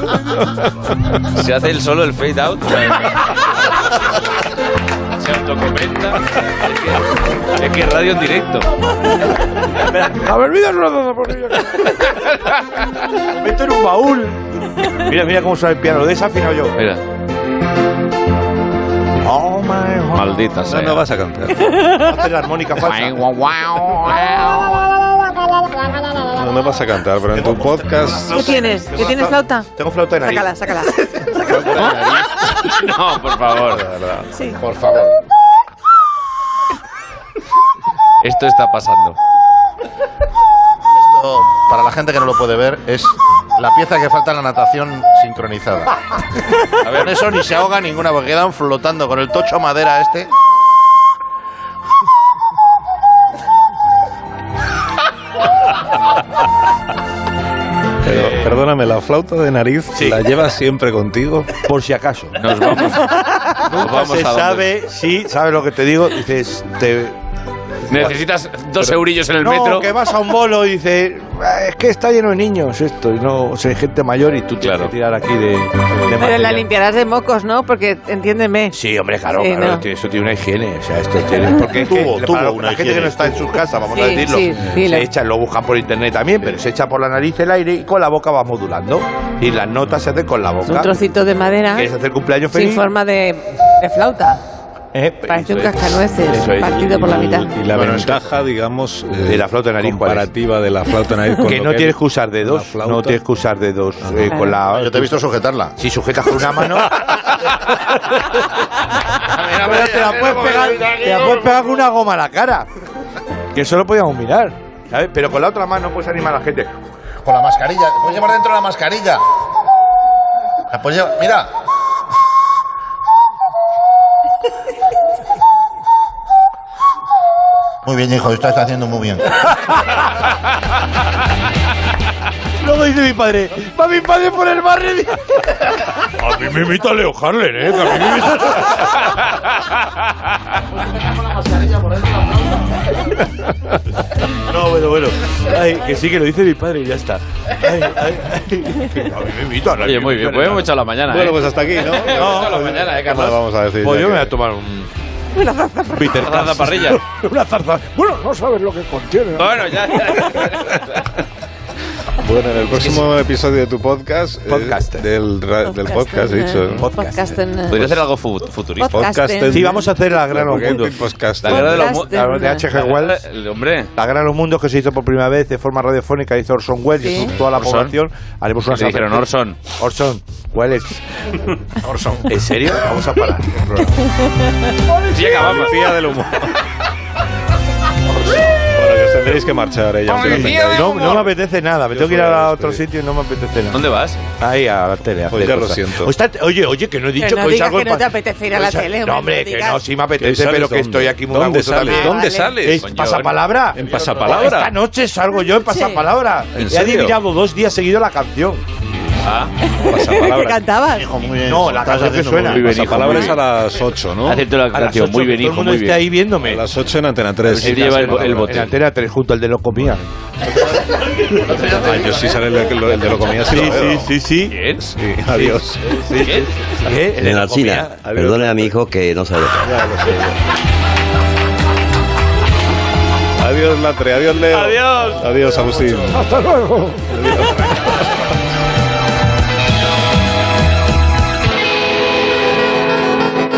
Speaker 2: Se hace el solo el fade out. Se autocomenta. Es que, es que radio en directo.
Speaker 13: La bebida es una zarzaparrilla.
Speaker 4: Meto en un baúl. Mira, mira cómo suena el piano. Lo he desafinado yo.
Speaker 2: Mira. Maldita sea.
Speaker 1: No vas a cantar.
Speaker 4: Hace la armónica falsa.
Speaker 1: No me vas a cantar, pero en tu podcast...
Speaker 3: ¿Qué tienes? ¿Qué tienes, flauta?
Speaker 1: Tengo flauta de
Speaker 3: Sácala, sácala.
Speaker 2: No, por favor.
Speaker 3: Sí.
Speaker 1: Por favor.
Speaker 2: Esto está pasando.
Speaker 5: Para la gente que no lo puede ver, es la pieza que falta en la natación sincronizada. Con eso ni se ahoga ninguna, porque quedan flotando con el tocho madera este.
Speaker 2: Eh,
Speaker 1: Pero, perdóname, la flauta de nariz la llevas siempre contigo.
Speaker 4: Por si acaso.
Speaker 2: Nos vamos.
Speaker 4: Nunca
Speaker 1: vamos
Speaker 4: se
Speaker 1: a dónde.
Speaker 4: sabe si, ¿sabes lo que te digo? Dices, te.
Speaker 2: Necesitas dos
Speaker 4: Pero-
Speaker 2: eurillos en el
Speaker 4: No,
Speaker 2: metro.
Speaker 4: que vas a un bolo y dices, "Ah, es que está lleno de niños esto, y no, o sea, hay gente mayor y tú tienes que tirar aquí de. de
Speaker 3: Pero la
Speaker 4: material.
Speaker 1: ¿eh?
Speaker 3: limpiarás de mocos, ¿no? Porque, entiéndeme.
Speaker 4: Sí, hombre, claro,
Speaker 3: Sí,
Speaker 4: claro,
Speaker 3: no.
Speaker 4: tiene- eso tiene una higiene, o sea, esto tiene... Porque es que
Speaker 5: Tuvo-
Speaker 4: la-
Speaker 5: tuvo
Speaker 4: para
Speaker 5: una
Speaker 4: la gente
Speaker 5: higiene,
Speaker 4: que no está en sus casas, vamos a
Speaker 5: Sí,
Speaker 4: decirlo,
Speaker 5: sí, dilo.
Speaker 4: se echa, lo buscan por internet también, pero se echa por la nariz el aire y con la boca va modulando, y las notas se hacen con la
Speaker 3: Un
Speaker 4: boca.
Speaker 3: trocito de madera
Speaker 4: ¿Quieres hacer cumpleaños
Speaker 3: sin
Speaker 4: feliz?
Speaker 3: forma de, de flauta.
Speaker 4: Eh,
Speaker 3: Parece un
Speaker 4: eso es.
Speaker 3: cascanueces
Speaker 4: Eso es.
Speaker 3: partido por la mitad.
Speaker 1: Y la ventaja, digamos, eh,
Speaker 4: de la flauta de nariz
Speaker 1: comparativa de la flauta de nariz con
Speaker 4: que
Speaker 1: lo
Speaker 4: no
Speaker 1: que
Speaker 4: tienes
Speaker 1: es
Speaker 4: que usar dedos,
Speaker 1: la flauta.
Speaker 4: no tienes que usar dedos
Speaker 3: Ah,
Speaker 4: eh,
Speaker 1: Claro.
Speaker 4: con la...
Speaker 5: Yo te he visto sujetarla.
Speaker 4: Si sujetas con una mano...
Speaker 5: Pero te la puedes pegar.
Speaker 4: Te la puedes pegar con una goma a la cara. Que eso lo podíamos mirar. ¿sabes? Pero con la otra mano puedes animar a la gente.
Speaker 5: Con la mascarilla. Te puedes llevar dentro la mascarilla. La puedes llevar. Mira. Muy bien, hijo, esto está haciendo muy bien.
Speaker 4: Luego dice mi padre, va mi padre por el barrio.
Speaker 13: A mí me imita Leo Harlen, ¿eh? A mí me imita...
Speaker 4: No, bueno, bueno. Ay, que sí, que lo dice mi padre y ya está. Ay, ay, ay. Que A mí me invito a la-
Speaker 2: Oye, muy bien, pues hemos echado la mañana.
Speaker 4: Bueno,
Speaker 2: ¿eh?
Speaker 4: pues hasta aquí, ¿no?
Speaker 2: Hemos echado la mañana, ¿eh, Carlos?
Speaker 1: vamos a decir.
Speaker 4: Pues
Speaker 1: ya
Speaker 4: yo me voy
Speaker 1: que-
Speaker 4: a tomar un.
Speaker 1: Bitter
Speaker 2: Una tarta
Speaker 1: Cass.
Speaker 2: parrilla.
Speaker 8: Una zarza. Bueno, no sabes lo que contiene.
Speaker 2: Bueno, ya.
Speaker 1: Bueno, en el próximo episodio de tu podcast. eh, del, ra- del podcast, he dicho. ¿no?
Speaker 2: Podría
Speaker 3: Pues
Speaker 2: hacer algo fu- futurista.
Speaker 1: Podcasten.
Speaker 4: Sí, vamos a hacer la gran
Speaker 1: Porque
Speaker 4: mundo.
Speaker 1: el podcast.
Speaker 2: La guerra de los mu-
Speaker 4: La verdad de H.G. Wells.
Speaker 2: El hombre.
Speaker 4: La Gran Los Mundos que se hizo por primera vez de forma radiofónica, hizo Orson Welles,
Speaker 2: Sí.
Speaker 4: hizo toda la
Speaker 2: Orson.
Speaker 4: población. Haremos una
Speaker 2: Le dijeron Orson.
Speaker 4: Orson, Welles. Orson. ¿En serio? Vamos a parar.
Speaker 2: Sí, acabamos.
Speaker 1: Policía del humor. bueno, que os tendréis que marchar, eh, ya os lo comentáis.
Speaker 4: No, no me apetece nada, me
Speaker 1: Yo
Speaker 4: tengo que ir
Speaker 1: fuera
Speaker 4: a
Speaker 1: de
Speaker 4: otro
Speaker 2: este.
Speaker 4: sitio
Speaker 1: despedir.
Speaker 4: y no me apetece nada.
Speaker 2: ¿Dónde vas?
Speaker 4: Ahí a la tele. a
Speaker 1: Pues
Speaker 4: hacer
Speaker 1: ya lo
Speaker 4: cosas.
Speaker 1: siento.
Speaker 4: O está- oye, oye, que no he dicho
Speaker 3: Pero no
Speaker 4: que hoy
Speaker 3: digas
Speaker 4: salgo
Speaker 3: que
Speaker 4: en
Speaker 3: no te
Speaker 4: pa-
Speaker 3: apetece ir a la
Speaker 4: Hoy sal-
Speaker 3: tele, hombre,
Speaker 4: Pues No,
Speaker 3: no
Speaker 4: hombre, que
Speaker 3: digas.
Speaker 4: no, sí me apetece,
Speaker 1: ¿Sales
Speaker 4: pero que
Speaker 1: dónde?
Speaker 4: estoy aquí muy
Speaker 1: ¿Dónde
Speaker 4: a gusto
Speaker 1: sales?
Speaker 4: también.
Speaker 1: ¿Dónde
Speaker 4: ¿Es
Speaker 1: sales, coño?
Speaker 4: pasapalabra?
Speaker 1: En pasapalabra.
Speaker 4: Esta noche salgo yo en pasapalabra.
Speaker 1: ¿En
Speaker 4: He
Speaker 1: serio?
Speaker 4: adivinado dos días seguidos la canción.
Speaker 2: Ah,
Speaker 3: ¿Qué cantabas?
Speaker 4: No, la canción que suena.
Speaker 1: Muy bien, hijo,
Speaker 4: Pasapalabra
Speaker 1: palabras a las 8, ¿no?
Speaker 2: Hacerte la
Speaker 4: A las
Speaker 2: canción.
Speaker 4: ocho,
Speaker 2: Muy bien,
Speaker 4: que todo el
Speaker 2: hijo,
Speaker 4: mundo
Speaker 2: muy
Speaker 4: esté ahí
Speaker 2: bien.
Speaker 1: A
Speaker 4: viéndome.
Speaker 1: las 8 en Antena 3.
Speaker 2: Él lleva el, el
Speaker 4: En
Speaker 2: bote.
Speaker 4: Antena 3, junto al de Locomía.
Speaker 1: Ah, yo sí sale el, de- el, de Locomía. Sí, lo veo.
Speaker 4: sí, sí.
Speaker 2: ¿Quién?
Speaker 1: Sí, adiós.
Speaker 2: ¿Quién?
Speaker 4: ¿Eh? El de
Speaker 16: Doña
Speaker 4: Locomía.
Speaker 16: Alcina, perdone a mi hijo que no sabe.
Speaker 1: Adiós, Latre. Adiós, Leo.
Speaker 2: Adiós.
Speaker 1: Adiós, Agustín.
Speaker 8: Hasta luego.
Speaker 1: Adiós.